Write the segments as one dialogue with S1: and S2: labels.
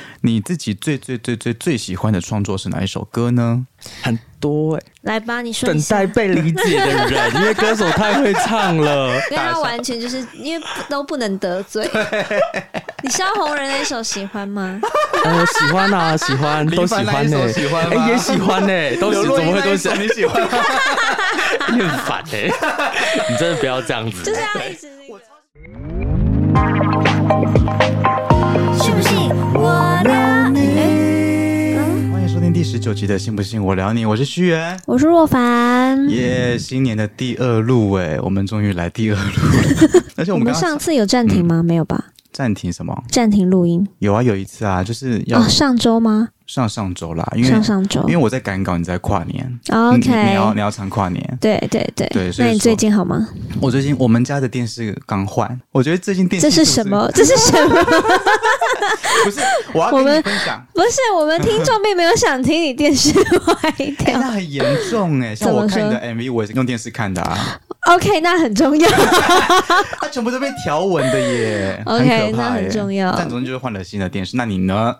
S1: 你自己最最最最最喜欢的创作是哪一首歌呢？
S2: 很多、欸、
S3: 来吧，你说一
S2: 等
S3: 下
S2: 待被理解的人，因为歌手太会唱 了。
S3: 跟他完全就是因为不都不能得 罪。你萧红人那首喜欢吗？
S2: 呃，喜欢啊，喜欢，都喜欢呢、
S1: 喜欢
S2: 哎、也喜欢呢、都喜
S1: 刘若
S2: 怎
S1: 英
S2: 么会
S1: 那
S2: 都
S1: 一
S2: 喜
S1: 首？你喜 欢吗？
S2: 你很烦哎、 你真的不要这样子。
S3: 就是要一直那个。
S4: 信不信我的你？
S1: 欢迎收听第十九集的《信不信我聊你》，我是徐源。
S3: 我是若凡，
S1: 耶、新年的第二路哎，我们终于来第二路 了。而且我
S3: 我
S1: 们刚
S3: 们
S1: 嗯刚
S3: 上次有暂停吗？没有吧？
S1: 暂停什么？
S3: 暂停录音
S1: 有啊，有一次啊，就是要
S3: 哦，上周吗？
S1: 上上周啦，因为
S3: 上上周
S1: 因为我在赶稿，你在跨年。嗯
S3: 哦
S1: 你你你要
S3: ，OK，
S1: 你要唱跨年。
S3: 对对对
S1: 对所以
S3: 那你
S1: 说
S3: 最近好吗？
S1: 我最近我们家的电视刚换，我觉得最近电视
S3: 这是
S1: 不
S3: 什么？这是什么？
S1: 不是，我要
S3: 我
S1: 跟你
S3: 们
S1: 分享。
S3: 不是，我们听众并没有想听你电视坏
S1: 哎、那
S3: 掉。
S1: 很严重哎、像
S3: 怎
S1: 我
S3: 么
S1: 看你
S3: 说
S1: 的 MV，我也是用电视看的啊，
S3: OK，那很重要。
S1: 它全部都被条纹的耶
S3: OK，
S1: 很可怕
S3: 那很
S1: 耶
S3: 重要
S1: 但总之就是换了新的电视，那你呢？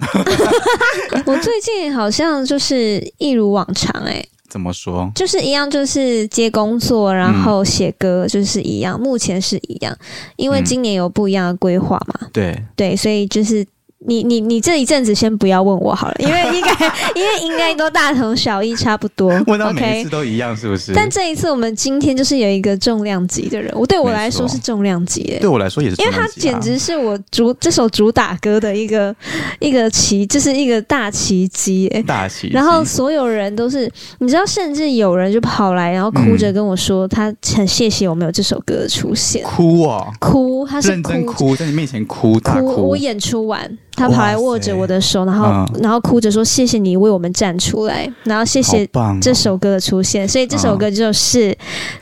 S3: 我最近好像就是一如往常、欸，
S1: 怎么说？
S3: 就是一样，就是接工作，然
S1: 嗯
S3: 后写歌，就是一样。目前是一样，因为
S1: 嗯
S3: 今年有不一样的规划嘛，
S1: 对，
S3: 对，所以就是你你你这一阵子先不要问我好了，因为应该 因为应该都大同小异，差不多。
S1: 问到每一
S3: OK
S1: 次。都一样，是不是？
S3: 但这一次我们今天就是有一个重量级的人，我对我来说
S1: 没错
S3: 是重量级、欸，
S1: 对我来说也是、
S3: 因为他
S1: 啊
S3: 简直，是我主这首主打歌的一个一个奇，就是一个大奇迹、欸，
S1: 大喜
S3: 然后所有人都是，你知道，甚至有人就跑来，然后哭着跟我说，他很谢谢我们有这首歌的出现，
S1: 哭哦，
S3: 哭，他是
S1: 认真
S3: 哭。
S1: 哭，在你面前哭，大
S3: 哭！
S1: 哭
S3: 我。演出完，他跑来握着我的手，然后、
S1: 嗯
S3: 然后哭着说：“谢谢你为我们站出来，然后谢
S1: 好
S3: 谢
S1: 棒哦
S3: 这首歌的出现。”所以这首歌就是《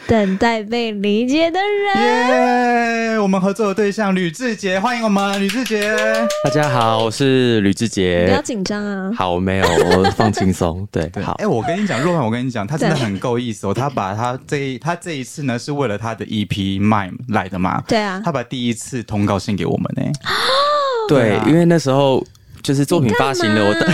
S3: 等待被理解的人》。
S1: 耶我们合作的对象吕志杰，欢迎我们吕志杰。
S2: 大家好，我是吕志
S3: 不要
S2: 杰。
S3: 紧张啊！
S2: 好，没有，我放轻松。对，好
S1: 哎、，我跟你讲，若涵，我跟你讲，他真的
S3: 对
S1: 很够意思哦。他把他这一他这一次呢，是为了他的 EP Mime 来的嘛。
S3: 对啊，
S1: 他把第一次通告献给我们呢、对
S2: 对
S1: 啊，
S2: 因为那时候就是作品发行了，我的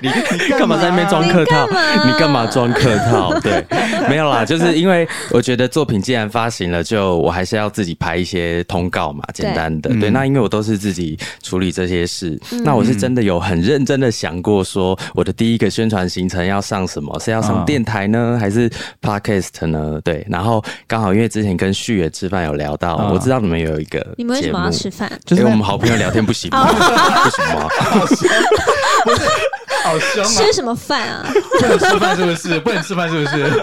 S1: 你你
S2: 干嘛在那边装客套？你干嘛装客套？对，没有啦，就是因为我觉得作品既然发行了，就我还是要自己拍一些通告嘛，简单的。
S1: 嗯
S2: 对，那因为我都是自己处理这些事，那我是真的有很认真的想过，说我的第一个宣传行程要上什么？是要上
S1: 嗯
S2: 电台呢，还是 podcast 呢？对，然后刚好因为之前跟旭野吃饭有聊到，
S1: 嗯
S2: 我知道你们有一个
S3: 你们为什么要
S2: 节目
S3: 吃饭？
S1: 就是
S2: 因为
S1: 那
S2: 哎我们好朋友聊天不 行吗？为什么？
S1: 好凶啊！
S3: 吃什么饭啊？
S1: 不能吃饭是不是？不能吃饭是不是？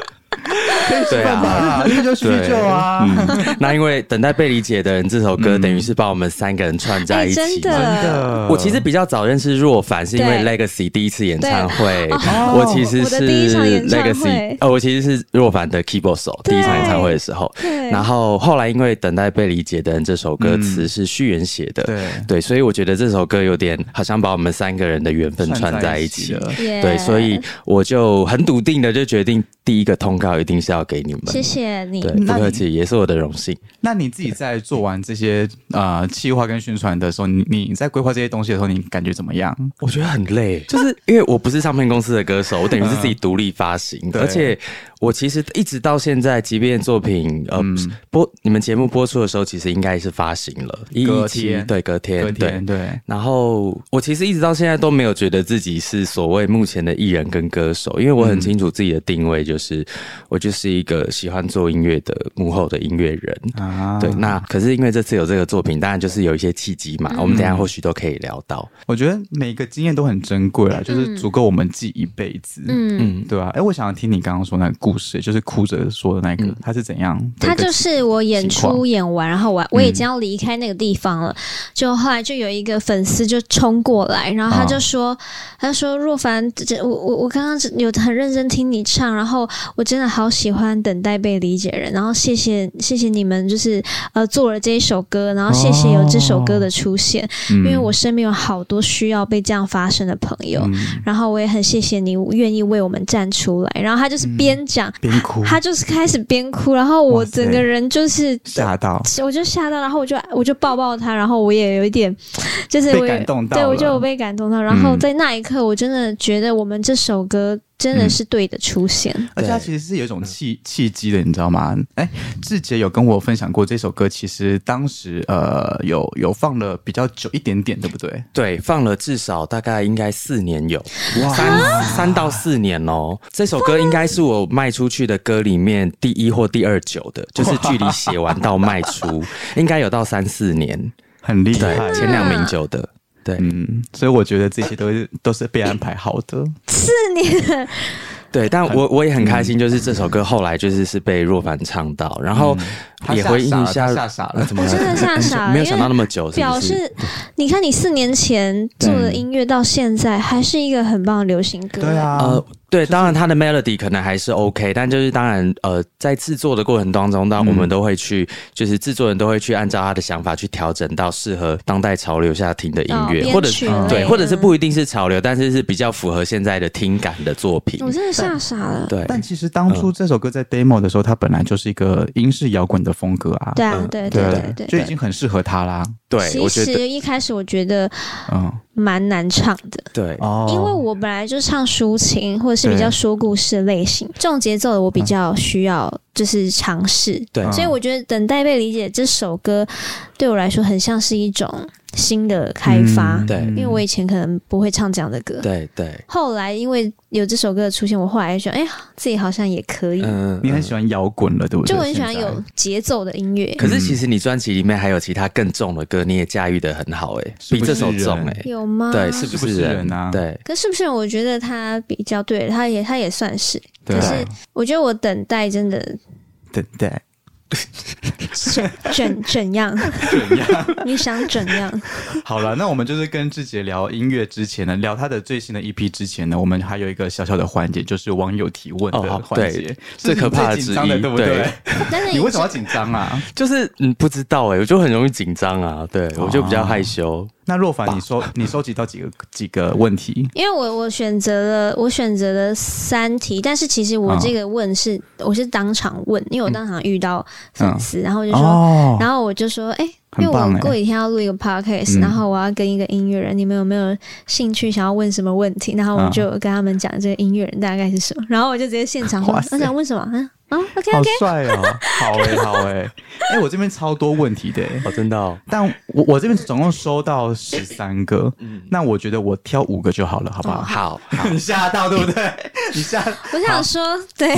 S2: 对啊。
S1: 啊，这 就是叙旧啊。
S2: 嗯，那因为等待被理解的人这首歌，等于是把我们三个人串在一起。
S3: 哎真的
S1: 嗯真的
S2: 我其实比较早认识若凡，是因为
S3: 对哦
S2: Legacy 第一次演唱会，我其实
S3: 我的
S2: 是
S3: 第一场演唱会
S2: Legacy，呃，我其实是若凡的 keyboard 手，第
S3: 对
S2: 一场演唱会的时候。
S3: 对
S2: 然后后来因为《等待被理解的人》这首歌词是旭元写的，
S1: 对
S2: 对，所以我觉得这首歌有点好像把我们三个人的缘分
S1: 串
S2: 串
S1: 在
S2: 在
S1: 一
S2: 一
S1: 起
S2: 起
S1: 了
S2: 了。
S3: Yeah
S2: 对，所以我就很笃定的就决定第一个通告一定是要给你们。
S3: 谢谢你
S2: 对，。
S1: 那
S2: 不
S1: 你
S2: 客气，也是我的荣幸。
S1: 那你自己在做完这些呃企划跟宣传的时候，你你在规划这些东西的时候，你感觉怎么样？
S2: 我觉得很累，就是因为我不是唱片公司的歌手，我等于是自己独立发行，
S1: 对
S2: 而且我其实一直到现在，即便作品呃、播你们节目播出的时候，其实应该是发行了，一
S1: 隔
S2: 一
S1: 天
S2: 期对隔天
S1: 隔天
S2: 对。
S1: 对，
S2: 然后我其实一直到现在都没有觉得自己是所谓目前的艺人跟歌手，因为我很清楚自己的定位就是、我就是一个喜欢做音乐的幕后的音乐人。
S1: 啊
S2: 对，那可是因为这次有这个作品，当然就是有一些契机嘛，我们等一下或许都可以聊到。
S1: 我觉得每个经验都很珍贵啦，就是足够我们记一辈子。
S3: 嗯，
S1: 对吧、啊？哎、我想要听你刚刚说那个故事，就是哭着说的那
S2: 嗯
S1: 个，他、是怎样的一
S3: 他
S1: 个情？
S3: 就是我演
S1: 情况嗯
S3: 出演完，然后我我已经要离开那个地方了，就后来就有一个粉丝就冲过来，然后
S1: 啊
S3: 他就说，他就说若凡，这这我我我刚刚有很认真听你唱，然后我真的好喜欢等待被理解人，然后谢谢谢谢你们，就是呃做了这一首歌，然后谢谢有这首
S1: 哦
S3: 歌的出现，
S1: 嗯
S3: 因为我身边有好多需要被这样
S1: 嗯嗯
S3: 发声的朋友，然后我也很谢谢你愿意为我们站出来，然后他就是边讲。讲，
S1: 边哭
S3: 他就是开始边哭，然后我
S1: 哇塞
S3: 整个人就是
S1: 吓到，
S3: 我就吓到，然后我就我就抱抱他，然后我也有一点， 就是我
S1: 被
S3: 也
S1: 感动到
S3: 对
S1: 了
S3: 我就有被感动到。然后
S1: 嗯
S3: 在那一刻，我真的觉得我们这首歌真的是对的出现。
S1: 而且它其实是有一种契契机的，你知道吗？哎，志杰有跟我分享过这首歌，其实当时呃有有放了比较久一点点，对不对？
S2: 对，放了至少大概应该四年有，
S1: 哇
S2: 三三到四年哦。这首歌应该是我卖出去的歌里面第一或第二久的，就是距离写完到卖 出，应该有到三四年。
S1: 很厉
S2: 对
S1: 害，，
S2: 前两名久的。对、
S1: 嗯，所以我觉得这些都是都是被安排好的。
S2: 对，但我我也很开心，就是这首歌后来就是是被若凡唱到，然后
S1: 他
S2: 也
S1: 吓
S2: 回应
S1: 傻
S2: 一
S1: 了嗯他
S2: 下呃
S1: 吓傻了
S2: 怎么
S3: 我真的吓傻了
S2: 没有
S3: 因为
S2: 想到那么久，是
S3: 表
S2: 不是？
S3: 示，你看你四年前做的音乐到现在还是一个很棒的流行歌，哦
S1: 对，啊，
S2: 呃，对，当然他的 melody 可能还是 OK，但就是当然，呃，在制作的过程当中，
S1: 嗯
S2: 当然我们都会去，就是制作人都会去按照他的想法去调整到适合当代潮流下听的啊音乐，
S3: 哦
S2: 或者嗯
S3: 编曲类
S2: 对，
S3: 的
S2: 或者是不一定是潮流，但是是比较符合现在的听感的作品。
S3: 我真的吓傻了。
S2: 对，嗯
S1: 但其实当初这首歌在 demo 的时候，它本来就是一个英式摇滚的风格啊，
S3: 对啊
S2: 嗯，
S3: 对对对对
S1: 就已经很适合他啦。
S2: 对，
S3: 其
S2: 我觉得
S3: 实一开始我觉得
S1: 嗯，
S3: 蛮难唱的，
S2: 对，
S1: 哦
S3: 因为我本来就唱抒情或者是比较
S1: 对嗯
S3: 说故事类型，这种节奏的我比较需要就是尝试。
S2: 对
S3: 所以我觉得《等待被理解》这首歌对我来说很像是一种新的开发，
S1: 嗯
S2: 对
S1: 嗯
S3: 因为我以前可能不会唱这样的歌。
S2: 对对，
S3: 后来因为有这首歌的出现，我后来就觉得，哎呀，自己好像也可以，
S2: 嗯
S1: 你很喜欢摇滚了，对不对？
S3: 就我很喜欢
S1: 现在
S3: 有节奏的音乐。
S2: 可是其实你专辑里面还有其他更重的歌，你也驾驭的很好哎、
S1: 是
S2: 比
S1: 不
S2: 这
S1: 是
S2: 首重
S1: 人
S2: 哎、
S3: 有啊吗？
S2: 对，是
S1: 是不
S2: 是
S1: 是人啊
S2: 对，
S3: 可是不是？我觉得他比较对，他也他也算是。
S1: 对
S3: 可是我觉得我等待真的
S1: 等 待，
S3: 怎怎怎样？
S1: 怎样？
S3: 你想怎 样？
S1: 好了，那我们就是跟志杰聊音乐之前呢，聊他的最新的 EP 之前呢，我们还有一个小小的环节，就是网友提问
S2: 哦好
S1: 的环节，
S2: 对
S1: 这是
S2: 最
S1: 你
S2: 可怕的
S1: 最紧张的，
S2: 之一
S1: 对不对
S2: 对？
S3: 但是
S1: 你为什么要紧张啊？
S2: 就是嗯不知道哎、我就很容易紧张啊，对
S1: 哦
S2: 我就比较害羞。
S1: 那若凡，你 收你收集到几个几个问题？
S3: 因为我我选择了我选择了三题，但是其实我
S1: 嗯
S3: 这个问是、我是当场问，因为我当场遇到粉丝，然后我就说，
S1: 嗯哦，
S3: 然后我就说，哎、
S1: 很
S3: 因为
S1: 棒
S3: 我
S1: 哎
S3: 过几天要录一个 podcast，、
S1: 嗯
S3: 然后我要跟一个音乐人，你们有没有兴趣想要问什么问题？然后我
S1: 嗯
S3: 就跟他们讲这个音乐人大概是什么，然后我就直接现场说
S1: 哇，塞
S3: 我想问什么？嗯，啊，OK
S1: 好
S3: OK，
S1: 帅哦，好哎、好哎、欸，哎、我这边超多问题的、欸，
S2: 哦，真的、哦，
S1: 但我我这边总共收到十三个，那我觉得我挑五个就好了，好哦
S3: 哦
S1: 不好？
S2: 好，
S1: 嗯 你吓到对不对？ 你吓。
S3: 我想说，对，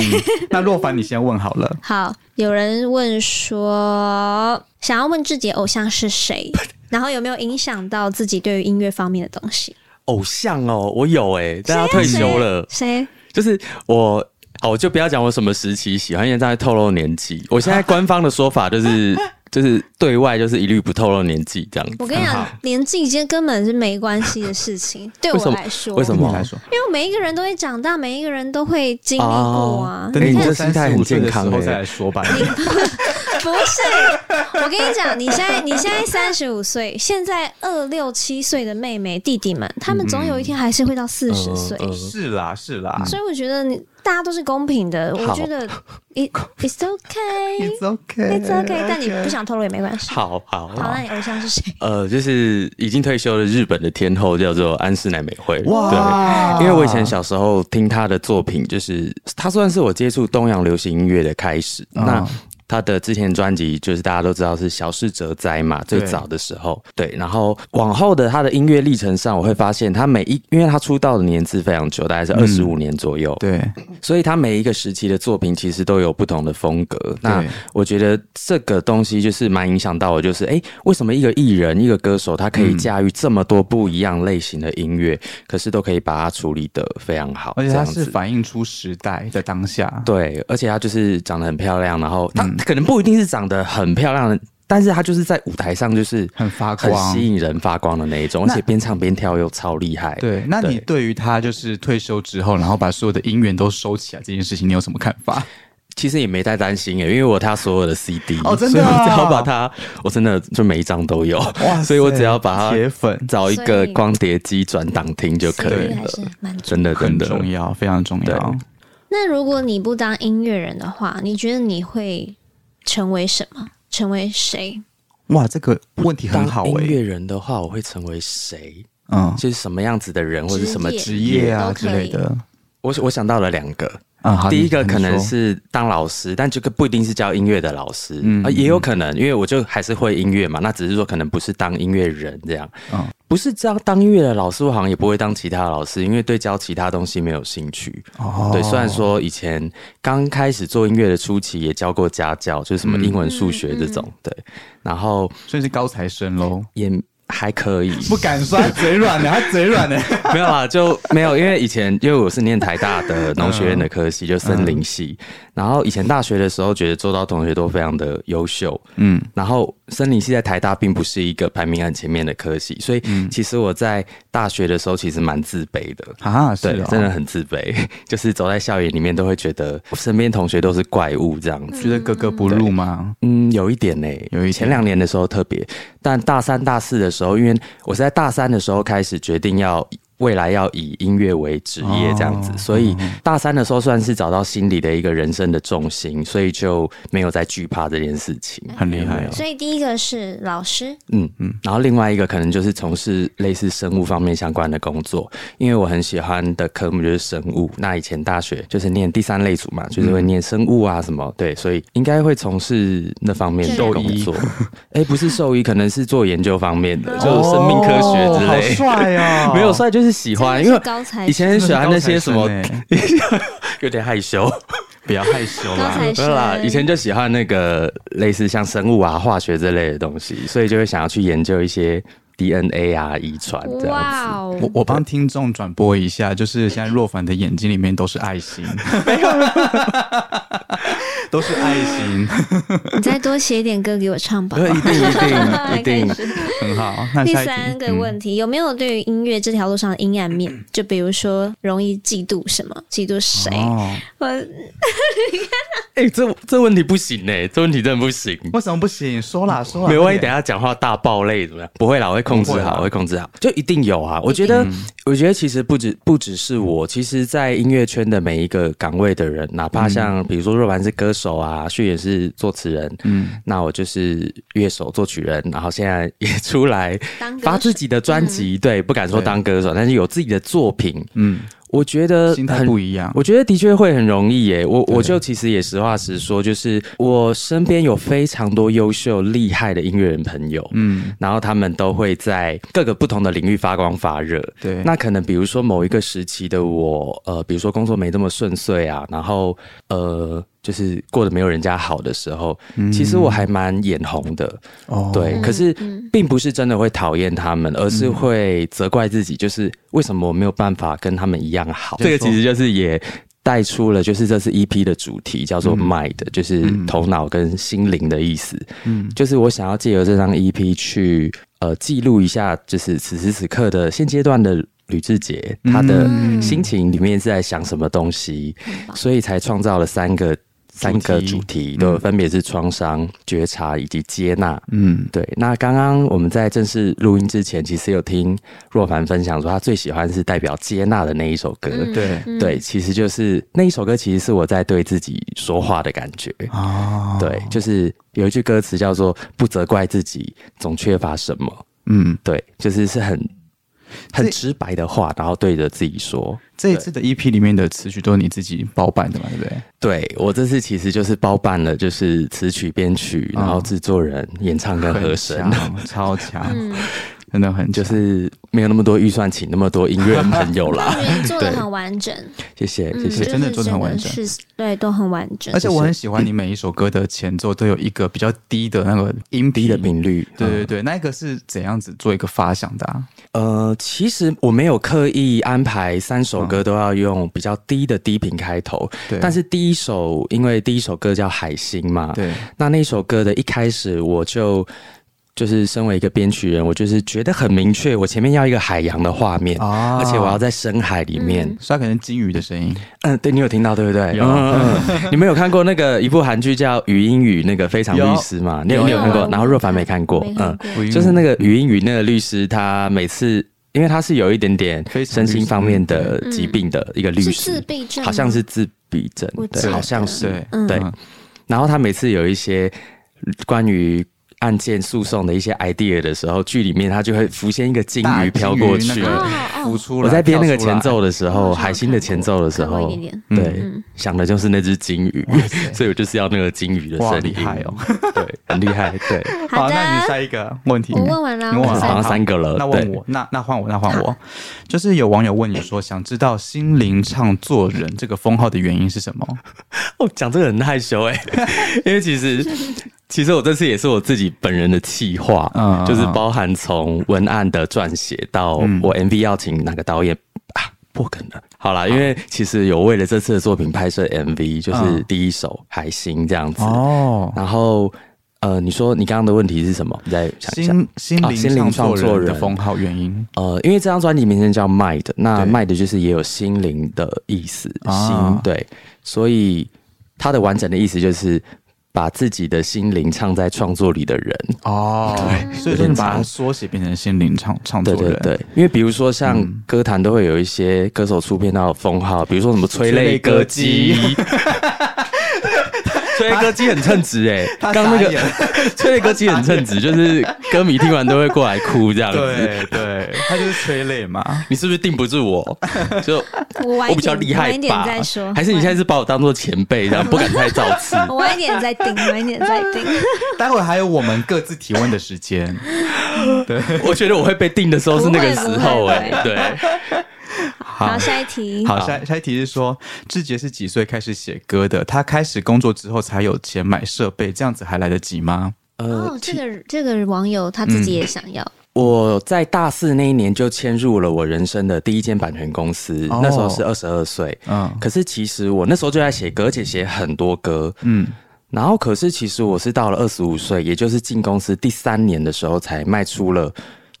S1: 那若凡，你先问好了。
S3: 好，有人问说，想要问自己的偶像是谁， 然后有没有影响到自己对于音乐方面的东西？
S2: 偶像哦，我有哎、但他退休了，
S3: 谁？
S2: 就是我。哦，我就不要讲我什么时期喜欢，因为这样会透露年纪。我现在官方的说法就是，就是对外就是一律不透露年纪这样子。
S3: 我跟你讲，年纪间根本是没关系的事情， 对
S2: 为什
S3: 我
S2: 么
S3: 来说，
S2: 为什
S1: 你
S2: 么
S1: 来说，
S3: 因为每一个人都会长大，每一个人都会经历过啊。
S2: 哦哎你这
S1: 三
S2: 心态
S1: 十
S2: 很
S1: 五岁的
S2: 健康
S1: 时候
S2: 欸
S1: 再来说吧。
S3: 不是，我跟你讲，你现在你现在三十五岁，现在二六七岁的妹妹弟弟们，他们总有一天还是会到四十岁。
S2: 嗯 嗯
S1: 是啦，是啦。
S3: 所以我觉得你大家都是公平的，我
S2: 好
S3: 觉得 it it's okay，it's
S1: It's okay.
S3: okay，但你不想透露也没关系。
S2: 好好
S3: 好，那你偶像是谁？
S2: 呃，就是已经退休的日本的天后叫做安室奈美惠。对。
S1: 哇
S2: 因为我以前小时候听她的作品，就是她算是我接触东洋流行音乐的开始。
S1: 哦
S2: 那她的之前专辑就是大家都知道是小室哲哉嘛，最
S1: 对
S2: 早的时候。对，然后往后的她的音乐历程上，我会发现她每一，因为她出道的年资非常久，大概是二十五年左右。
S1: 对
S2: 所以他每一个时期的作品其实都有不同的风格。那我觉得这个东西就是蛮影响到我，就是诶，为什么一个艺人、一个歌手，他可
S1: 嗯
S2: 以驾驭这么多不一样类型的音乐，可是都可以把它处理的非常好，
S1: 而且
S2: 这
S1: 它
S2: 样子
S1: 是反映出时代的当下。
S2: 对，而且她就是长得很漂亮，然后
S1: 嗯
S2: 她她可能不一定是长得很漂亮的，但是她就是在舞台上就是
S1: 很发
S2: 很
S1: 光
S2: 吸引人发光的那一种，而
S1: 那
S2: 且边唱边跳又超厉害。
S1: 对，那你对于他就是退休之后，然后把所有的音源都收起来这件事情，你有什么看法？
S2: 其实也没太担心耶，因为我有他所有的 CD，
S1: 哦真的
S2: 所以我只要
S1: 啊
S2: 把它，我真的就每一张都有，
S1: 哇
S2: 所以我只要把它
S1: 铁粉
S2: 找一
S3: 所
S2: 个
S3: 以
S2: 光碟机转档听就可以
S3: 实力
S2: 了
S3: 还，是蛮重要
S2: 真的真
S1: 很
S2: 的
S1: 重要，非常重要。
S3: 那如果你不当音乐人的话，你觉得你会成为什么？成为谁？
S1: 哇，这个问题很好欸
S2: 当音
S1: 诶、
S2: 乐人的话，我会成为谁？
S1: 嗯，
S2: 就是什么样子的人，或者什么
S3: 职
S1: 职业啊
S3: 都
S1: 之
S3: 可以
S1: 类的
S2: 我我想到了两个，
S1: 啊。好
S2: 第一
S1: 你
S2: 个
S1: 你
S2: 可能
S1: 说
S2: 是当老师，但这个不一定是教音乐的老师，
S1: 嗯
S2: 啊，也有可能，因为我就还是会音乐嘛，那只是说可能不是当音乐人这样，
S1: 嗯
S2: 不是这样当音乐的老师，我好像也不会当其他的老师，因为对教其他东西没有兴趣。
S1: 哦，
S2: 对，虽然说以前刚开始做音乐的初期也教过家教，就是什么英
S1: 嗯
S2: 文、数学这种，对，然后
S1: 所以是高材生喽，
S2: 也还可以，
S1: 不敢说他嘴 软的，他嘴软的。
S2: 没有啦，就没有，因为以前因为我是念台大的农学院的科
S1: 嗯
S2: 系，就森林系。然后以前大学的时候，觉得周遭同学都非常的优秀，
S1: 嗯，
S2: 然后森林系在台大并不是一个排名很前面的科系，所以
S1: 嗯
S2: 其实我在大学的时候其实蛮自卑的。
S1: 啊，是
S2: 对，
S1: 哦
S2: 真的很自卑， 就是走在校园里面都会觉得身边同学都是怪物这样子。
S1: 觉得格格不入吗？
S2: 嗯，有一点呢、
S1: 有一点
S2: 前两年的时候特别，但大三、大四的时候，因为我是在大三的时候开始决定要未来要以音乐为职业这样子，
S1: 哦
S2: 所以大三的时候算是找到心里的一个人生的重心，所以就没有再惧怕这件事情。
S1: 很厉害哦。
S3: 所以第一个是老师，
S2: 嗯嗯，然后另外一个可能就是从事类似生物方面相关的工作，因为我很喜欢的科目就是生物。那以前大学就是念第三类组嘛，就是
S1: 嗯
S2: 会念生物啊什么，对，所以应该会从事那方面的
S3: 兽
S2: 工
S1: 医
S2: 作。哎、不是兽医，可能是做研究方面的，就
S1: 哦
S2: 是生命科学之
S1: 好
S2: 类。
S1: 帅哦！
S2: 没有，帅就是喜欢，因
S3: 真的
S2: 为
S3: 是高材
S2: 以前很
S1: 啊
S2: 喜欢那些什么，
S1: 真的是高材欸
S2: 有点害羞。
S1: 不要害羞
S3: 高
S1: 啦。
S3: 材
S2: 没有啦，
S3: 生，
S2: 以前就喜欢那个类似像生物啊、化学这类的东西，所以就会想要去研究一些 DNA 啊、遗传这样
S3: 哇哦，
S1: 我我帮听众转播一下，就是现在若凡的眼睛里面都是爱 心，都是爱心，
S3: 你再多写一点歌给我唱 吧
S2: 子。。 一定 一定一
S3: 开
S2: 定，
S1: 很好。那
S3: 第
S1: 下一
S3: 三
S1: 题
S3: 个问题，有没有对于音乐这条路上的阴暗面？就比如说容易嫉妒什么，嫉妒谁？
S1: 哦，
S3: 我
S2: 哎、这这问题不行哎、这问题真的不行。
S1: 为什么不行？说
S3: 嗯
S1: 啦说啦，
S2: 没有，呃万一等一下讲话大爆泪怎么样？不会啦，我会控制
S1: 不会啦嗯
S2: 好，我会控制好，就一定有啊。我觉得，我觉得其实不止不只是我，其实，在音乐圈的每一个岗位的人，哪怕像比如说若凡是歌手啊，旭也是作词人，
S1: 嗯
S2: 嗯，那我就是乐手、作曲人，然后现在也出来
S3: 当歌
S2: 发自
S3: 手
S2: 己的专辑，对，不敢说
S1: 嗯对
S2: 当歌手，但是有自己的作品，
S1: 嗯，
S2: 我觉得
S1: 心态
S2: 很
S1: 不一样。
S2: 我觉得的确会很容易耶。我我就其实也实话实说，就是我身边有非常多优秀厉害的音乐人朋友，
S1: 嗯，
S2: 然后他们都会在各个不同的领域发光发热。
S1: 对，
S2: 那可能比如说某一个时期的我，呃，比如说工作没这么顺遂啊，然后呃，就是过得没有人家好的时候，其实我还蛮眼红的。
S1: 嗯哦
S2: 对，可是
S3: 嗯
S2: 并不是真的会讨厌他们，而是会责怪自己，就是为什么我没有办法跟他们一样好。
S1: 没错嗯
S2: 这个其实就是也。带出了就是这次 EP 的主题叫做 “mind”，、就是头脑跟心灵的意思。嗯，就是我想要借由这张 EP 去呃记录一下，就是此时此刻的现阶段的吕志杰他的
S1: 嗯
S2: 心情里面是在想什么东西，所以才创造了三个三个主题，都分别是创伤、觉察以及接纳。
S1: 嗯，
S2: 对，那刚刚我们在正式录音之前，其实有听若凡分享说，他最喜欢是代表接纳的那一首歌。
S3: 嗯
S1: 对
S3: 嗯
S2: 对，其实就是那一首歌，其实是我在对自己说话的感觉。
S3: 嗯
S1: 哦，
S2: 对，就是有一句歌词叫做“不责怪自己，总缺乏什么
S1: 嗯”。，
S2: 对，就是是很很
S1: 这
S2: 直白的话，然后对着自己说。
S1: 这一次的 EP 里面的词曲都是你自己包办的嘛，对不对？
S2: 对我这次其实就是包办了，就是词曲、编曲，然后制作人、演唱跟和声。
S1: 哦很强，超强，
S3: 嗯
S1: 真的很
S2: 就
S1: 就是
S2: 是没有那么多预算，请那么多音乐人朋友啦
S3: 我。觉得做的
S2: 对
S3: 很完整，
S2: 谢谢，
S3: 嗯
S2: 谢
S3: 就
S2: 谢。
S3: 是
S1: 真的做得很完整
S3: 整个是，对，都很完整
S1: 而。且我很喜欢你每一首歌的前奏都有一个比较低的那个音
S2: 低的。频率，嗯
S1: 对对对，那一个是怎样子做一个发想的、啊？
S2: 呃，其实我没有刻意安排三首歌都要用比较低的低频开头，
S1: 对
S2: 但是第一首，因为第一首歌叫《海星》嘛，
S1: 对，
S2: 那那首歌的一开始我就。就是身为一个编曲人，我就是觉得很明确，我前面要一个海洋的画面，
S1: 啊
S2: 而且我要在深海里面。
S3: 嗯
S1: 所以它可能金鱼的声音，
S2: 嗯，对你有听到对不对？
S1: 有
S2: 嗯嗯嗯你们有看过那个一部韩剧叫《语音语》那个非常律师吗？你有你有看过？然后若凡没看过
S3: 没，看
S2: 嗯，
S3: 过
S2: 就是那个语音语那个律师，他每次因为他是有一点点
S1: 非常
S2: 身心方面的
S3: 律师
S2: 疾病的一个律
S3: 嗯是
S2: 师
S3: 自，闭症吗，
S2: 好像是自必争
S3: 我，记
S2: 对，
S3: 得
S2: 好像是
S1: 对
S3: 嗯
S2: 对
S1: 嗯。
S2: 然后他每次有一些关于案件诉讼的一些 idea 的时候，剧里面他就会浮现一个金
S1: 大
S2: 鱼
S1: 金
S2: 飘过
S1: 鱼那
S2: 去。
S1: 个
S3: 哦
S1: 浮
S3: 哦，
S1: 出来，
S2: 我在编那个
S1: 跳出来
S2: 前奏的时
S3: 我
S2: 候，
S3: 好像
S2: 海星的前奏的时
S3: 看过
S2: 候
S3: 一，点
S1: 嗯
S2: 对，想的就是那只金鱼， 所以我就是要那个金鱼的
S1: 哇
S2: 声音。
S1: 厉害哦，
S2: 对，很厉害，对。
S3: 点。好
S1: 好，那你
S3: 的，
S1: 下一个问题，
S3: 我问完了，
S1: 你问
S3: 我
S1: 完
S2: 好
S1: 了
S3: 再
S2: 像三个了，
S1: 那
S2: 呃对
S1: 问我，那那换我，那换我，就是有网友问你说，想知道心灵唱作人这个封号的原因是什么？
S2: 哦，讲这个很害羞 哎、因为其实其实我这次也是我自己本人的企划，
S1: 嗯
S2: 就是包含从文案的撰写到我 MV 要请哪个导演、啊，破梗了。好啦，因为其实有为了这次的作品拍摄 MV，就是
S1: 嗯
S2: 第一首《海星》这样子，
S1: 哦，
S2: 然后。呃，你说你刚刚的问题是什么？你再想一下。
S1: 心心
S2: 啊心灵
S1: 灵
S2: 创
S1: 创
S2: 作
S1: 作人的
S2: 人
S1: 封号原因，
S2: 呃，因为这张专辑名称叫《Mind》，那
S1: 对
S2: Mind 就是也有心灵的意思，
S1: 啊
S2: 心对，所以它的完整的意思就是把自己的心灵唱在创作里的人。
S1: 哦，对，所以说你把它缩写变成心灵唱唱作
S2: 对
S1: 人，
S2: 对对，因为比如说像歌坛都会有一些歌手出片到的封号，比如说什么催泪歌姬， 催泪歌姬很称职哎、
S1: 他
S2: 刚那
S1: 傻
S2: 个
S1: 眼
S2: 催泪歌姬很称职，就是歌迷听完都会过来哭这样子。
S1: 对对，他就是催泪嘛，
S2: 你是不是定不住我？就
S3: 我晚
S2: 我
S3: 一
S2: 比较
S3: 点，
S2: 厉害
S3: 晚一点
S2: 吧？
S3: 再说，
S2: 还是你现在是把我当做前辈，然后不敢太造 次？
S3: 我晚一点再 定，晚一点再定。
S1: 待会还有我们各自提问的时间。
S2: 我觉得我会被定的时候是那个时候
S3: 不会不会
S2: 哎、
S3: 不会
S2: 对，
S3: 好，下一题。
S1: 好，下下一题是说，志杰是几岁开始写歌的？他开始工作之后才有钱买设备，这样子还来得及吗？
S2: 呃
S3: 哦，这个这个网友他自
S2: 嗯
S3: 己也想要，
S2: 我在大四那一年就迁入了我人生的第一间版权公司，
S1: 哦
S2: 那时候是二十二岁。
S1: 嗯
S2: 可是其实我那时候就在写歌，而且写很多歌。
S1: 嗯，
S2: 然后可是其实我是到了二十五岁，也就是进公司第三年的时候，才卖出了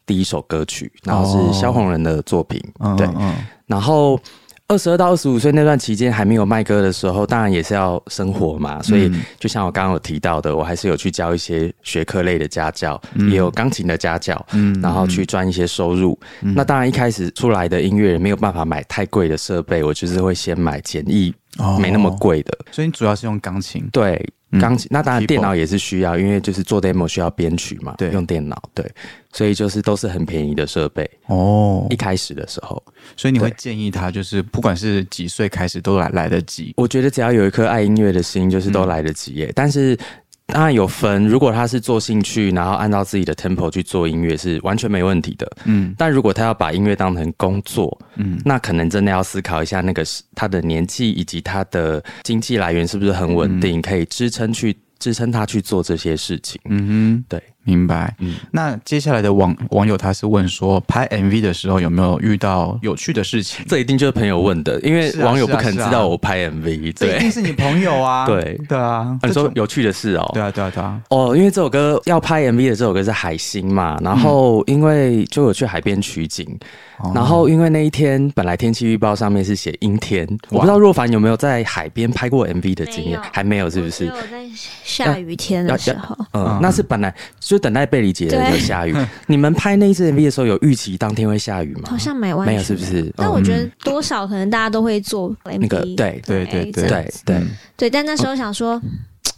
S2: 第一首歌曲，然后是萧红人的作品。
S1: 嗯
S2: 对，
S1: 嗯
S2: 然后二十二到二十五岁那段期间还没有卖歌的时候，当然也是要生活嘛，
S1: 嗯
S2: 所以就像我刚刚有提到的，我还是有去教一些学科类的家教，也有钢琴的家教，
S1: 嗯
S2: 然后去赚一些收入。那当然一开始出来的音乐没有办法买太贵的设备，我就是会先买简易
S1: 哦
S2: 没那么贵的，
S1: 所以你主要是用钢琴，
S2: 对。
S1: 嗯
S2: 钢琴，那当然
S1: keyboard
S2: 电脑也是需要，因为就是做 demo 需要编曲嘛，
S1: 对
S2: 用电脑，对，所以就是都是很便宜的设备。
S1: 哦
S2: 一，开始的时候，
S1: 所以你会
S2: 对
S1: 建议他，就是不管是几岁开始都来来得及。
S2: 我觉得只要有一颗爱音乐的心，就是
S1: 嗯
S2: 都来得及耶。但是当然有分，如果他是做兴趣，然后按照自己的 tempo 去做音乐，是完全没问题的。
S1: 嗯
S2: 但如果他要把音乐当成工作，
S1: 嗯
S2: 那可能真的要思考一下那个是他的年纪以及他的经济来源是不是很稳定，可以支撑去支撑他去做这些事情。
S1: 嗯嗯哼，
S2: 对，
S1: 明白。
S2: 嗯
S1: 那接下来的网网友他是问说，拍 MV 的时候有没有遇到有趣的事情？
S2: 这一定就是朋友问的，因为
S1: 是啊
S2: 网友
S1: 是
S2: 不
S1: 啊
S2: 肯知
S1: 是啊
S2: 道我拍 MV，
S1: 这一定
S2: 对。
S1: 是你朋友啊，
S2: 对
S1: 对啊，
S2: 你说
S1: 这种
S2: 有趣的事哦，
S1: 对啊对啊对啊，
S2: 哦，因为这首歌要拍 MV 的这首歌是《海星》嘛，然后因为就有去海边取景，然后因为那一天本来天气预报上面是写阴天，我不知道若凡有没有在海边拍过 MV 的经
S3: 没
S2: 验
S3: 有，
S2: 还没有是不
S3: 只
S2: 是
S3: 有？在下雨天的时候，
S2: 嗯，那是本来就等待贝里姐的
S3: 对
S2: 有下雨。 你们拍那一支 MV 的时候有预期当天会下雨吗？
S3: 好像没完
S2: 没有，
S3: 全
S2: 是不？是？
S3: 但
S2: 嗯
S3: 我觉得多少可能大家都会做 MV，
S2: 那个对
S1: 对对
S3: 这样
S2: 对哦
S3: 子
S2: 对，
S3: 对，但那时候想说，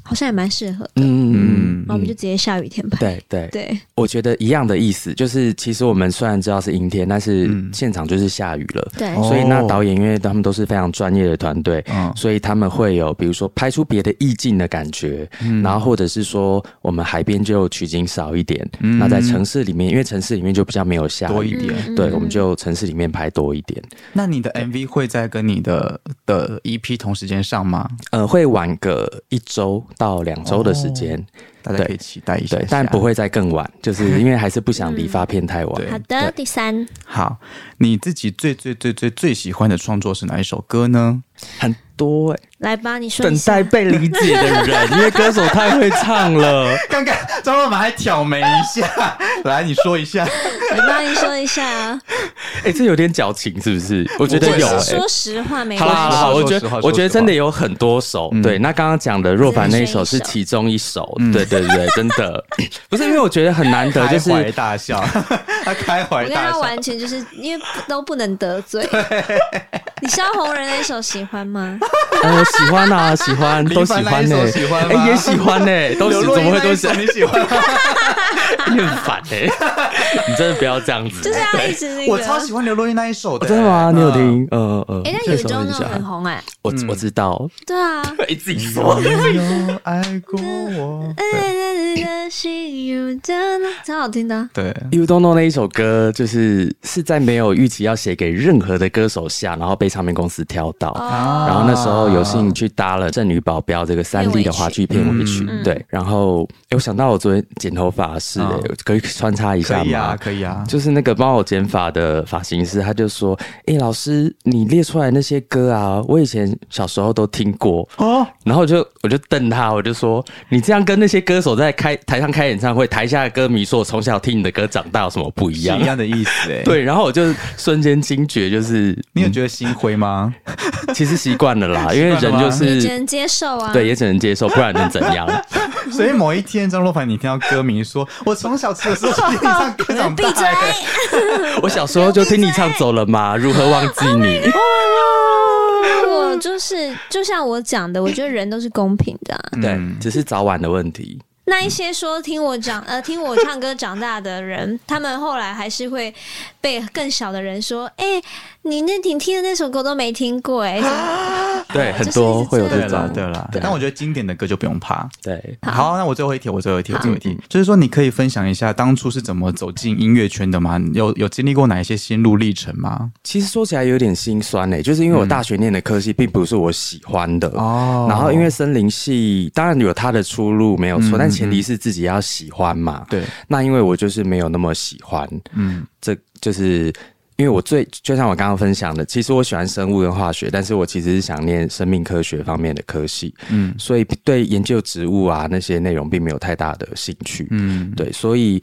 S3: 好像也蛮适合的，然
S2: 嗯嗯
S1: 嗯
S3: 后我们就直接下雨天拍。
S2: 对对，
S3: 对，
S2: 我觉得一样的意思，就是其实我们虽然知道是阴天，但是
S1: 嗯
S2: 现场就是下雨了。
S3: 对
S1: 哦
S2: 所以那导演因为他们都是非常专业的团队，
S1: 嗯
S2: 所以他们会有比如说拍出别的意境的感觉，然后或者是说我们海边就取景少一点，那在城市里面，因为城市里面就比较没有下雨，
S1: 多一点。
S2: 对，我们就城市里面拍多一点，
S1: 那你的 MV 会在跟你的的 EP 同时间上吗？
S2: 呃，会晚个一周到两周的时间，
S1: 大家可以期待一下
S2: 对，但不会再更晚，就是因为还是不想离
S3: 嗯
S2: 发片太晚。
S1: 对
S3: 好的，第三，
S1: 好。你自己最最最最最喜欢的创作是哪一首歌呢？
S2: 很多、欸、
S3: 来吧，你说一
S2: 等
S3: 下
S2: 待被理解的人，因为歌手太会唱了。
S1: 刚刚张老板还挑眉一下， 来你说一下。
S3: 我帮你说一下啊，
S2: 哎、这有点矫情，是不是？我觉得
S1: 不会
S2: 有、
S1: 啊
S3: 就是
S2: 欸。
S3: 说实话没
S2: 好啦好
S3: 关
S2: 啦
S3: 系，
S2: 好啦，我
S1: 说
S2: 觉
S1: 实话
S2: 得
S1: 说
S2: 我觉得
S1: 实
S2: 真的
S1: 话嗯
S2: 有很多首。对，那刚刚讲的若凡那一首是其中一首。对对对，真的 不是因为我觉得很难得，就是
S1: 开怀大 笑，他开
S3: 我
S1: 怀
S3: 跟
S1: 大
S3: 他
S1: 笑。
S3: 完全就是因为不都不能得罪，你萧红人那一首喜欢吗？
S2: 呃，喜欢啊，喜欢，都喜
S1: 林凡
S2: 欢呢、
S1: 那一首喜欢吗
S2: 哎也喜欢呢、 都喜
S1: 刘若
S2: 怎
S1: 英
S2: 么会
S1: 那
S2: 都
S1: 一
S2: 喜
S1: 首？你喜 欢？
S2: 你很烦呢、 你真的不要这样子。哦
S3: 就是要一直那个。
S1: 我超喜欢刘若英那一首的，
S2: 真的吗？你有听？呃呃，
S3: 哎，那
S2: 这
S3: 有
S2: 首
S3: 周
S2: 很
S3: 那
S2: 喜
S3: 种很
S2: 欢。
S3: 红哎，
S2: 我
S1: 嗯
S2: 我 知道，
S3: 对啊。
S2: 你自己说
S1: 嗯？没有爱过我。
S3: 超好听的，
S1: 对，
S2: You Don't Know 那一首歌，就是是在没有预期要写给任何的歌手下，然后被唱片公司挑到。
S3: 哦
S1: 啊
S2: 然后那时候有幸去搭了《剩女保镖》这个三 D 的话剧片
S1: 片尾
S2: 尾
S1: 曲
S2: 曲，对。然后，哎，我想到我昨天剪头发是
S1: 嗯
S2: 可以穿插一
S1: 可
S2: 下
S1: 以啊，
S2: 吗？
S1: 可以啊。
S2: 就是那个帮我剪发的发型师，他就说：“哎，老师，你列出来那些歌啊，我以前小时候都听过。”
S1: 哦，
S2: 然后我就我就瞪他，我就说：“你这样跟那些歌手在开台上开演唱会，台下的歌迷说我从小听你的歌长大有什么不一
S1: 是
S2: 样
S1: 一？”样的意思哎。，
S2: 对，然后我就瞬间惊觉，就是
S1: 你有觉得心灰吗？
S2: 其实习惯 了啦，因为
S1: 习惯
S2: 人
S1: 了吗
S2: 就
S3: 只
S2: 是
S3: 能接受啊。
S2: 对，也只能接受，不然能怎样？
S1: 所以某一天，张若凡，你听到歌迷说：“我从小吃的时候就听你唱歌长
S3: 闭
S1: 大。
S3: 嘴！
S1: 哎
S2: 我小时候就听你唱走了吗？如何忘记你？
S3: 我就是就像我讲的，我觉得人都是公平的啊、
S2: 对，只是早晚的问题。
S3: 那一些说听我讲呃听我唱歌长大的人， 他们后来还是会被更小的人说：“哎、你那你听的那首歌都没听过 哎、怎么
S2: 对，
S3: 就是
S2: 很多
S3: 一直
S2: 会有
S3: 这
S1: 对
S2: 这
S3: 样
S1: 啦，
S2: 种。
S1: 对啦
S2: 对。
S1: 但我觉得经典的歌就不用怕。
S2: 对，
S1: 好，那我最后一题，我最后一题，我最后一题，就是说，你可以分享一下当初是怎么走进音乐圈的吗？你有有经历过哪一些心路历程吗？
S2: 其实说起来有点心酸呢、就是因为我大学念的科系并不是我喜欢的。
S1: 哦
S2: 然后，因为森林系当然有它的出路没有错，但前提是自己要喜欢嘛。
S1: 嗯对，
S2: 那因为我就是没有那么喜欢，
S1: 嗯，
S2: 这就是因为我最就像我刚刚分享的，其实我喜欢生物跟化学，但是我其实是想念生命科学方面的科系，
S1: 嗯
S2: 所以对研究植物啊那些内容并没有太大的兴趣。
S1: 嗯，
S2: 对，所以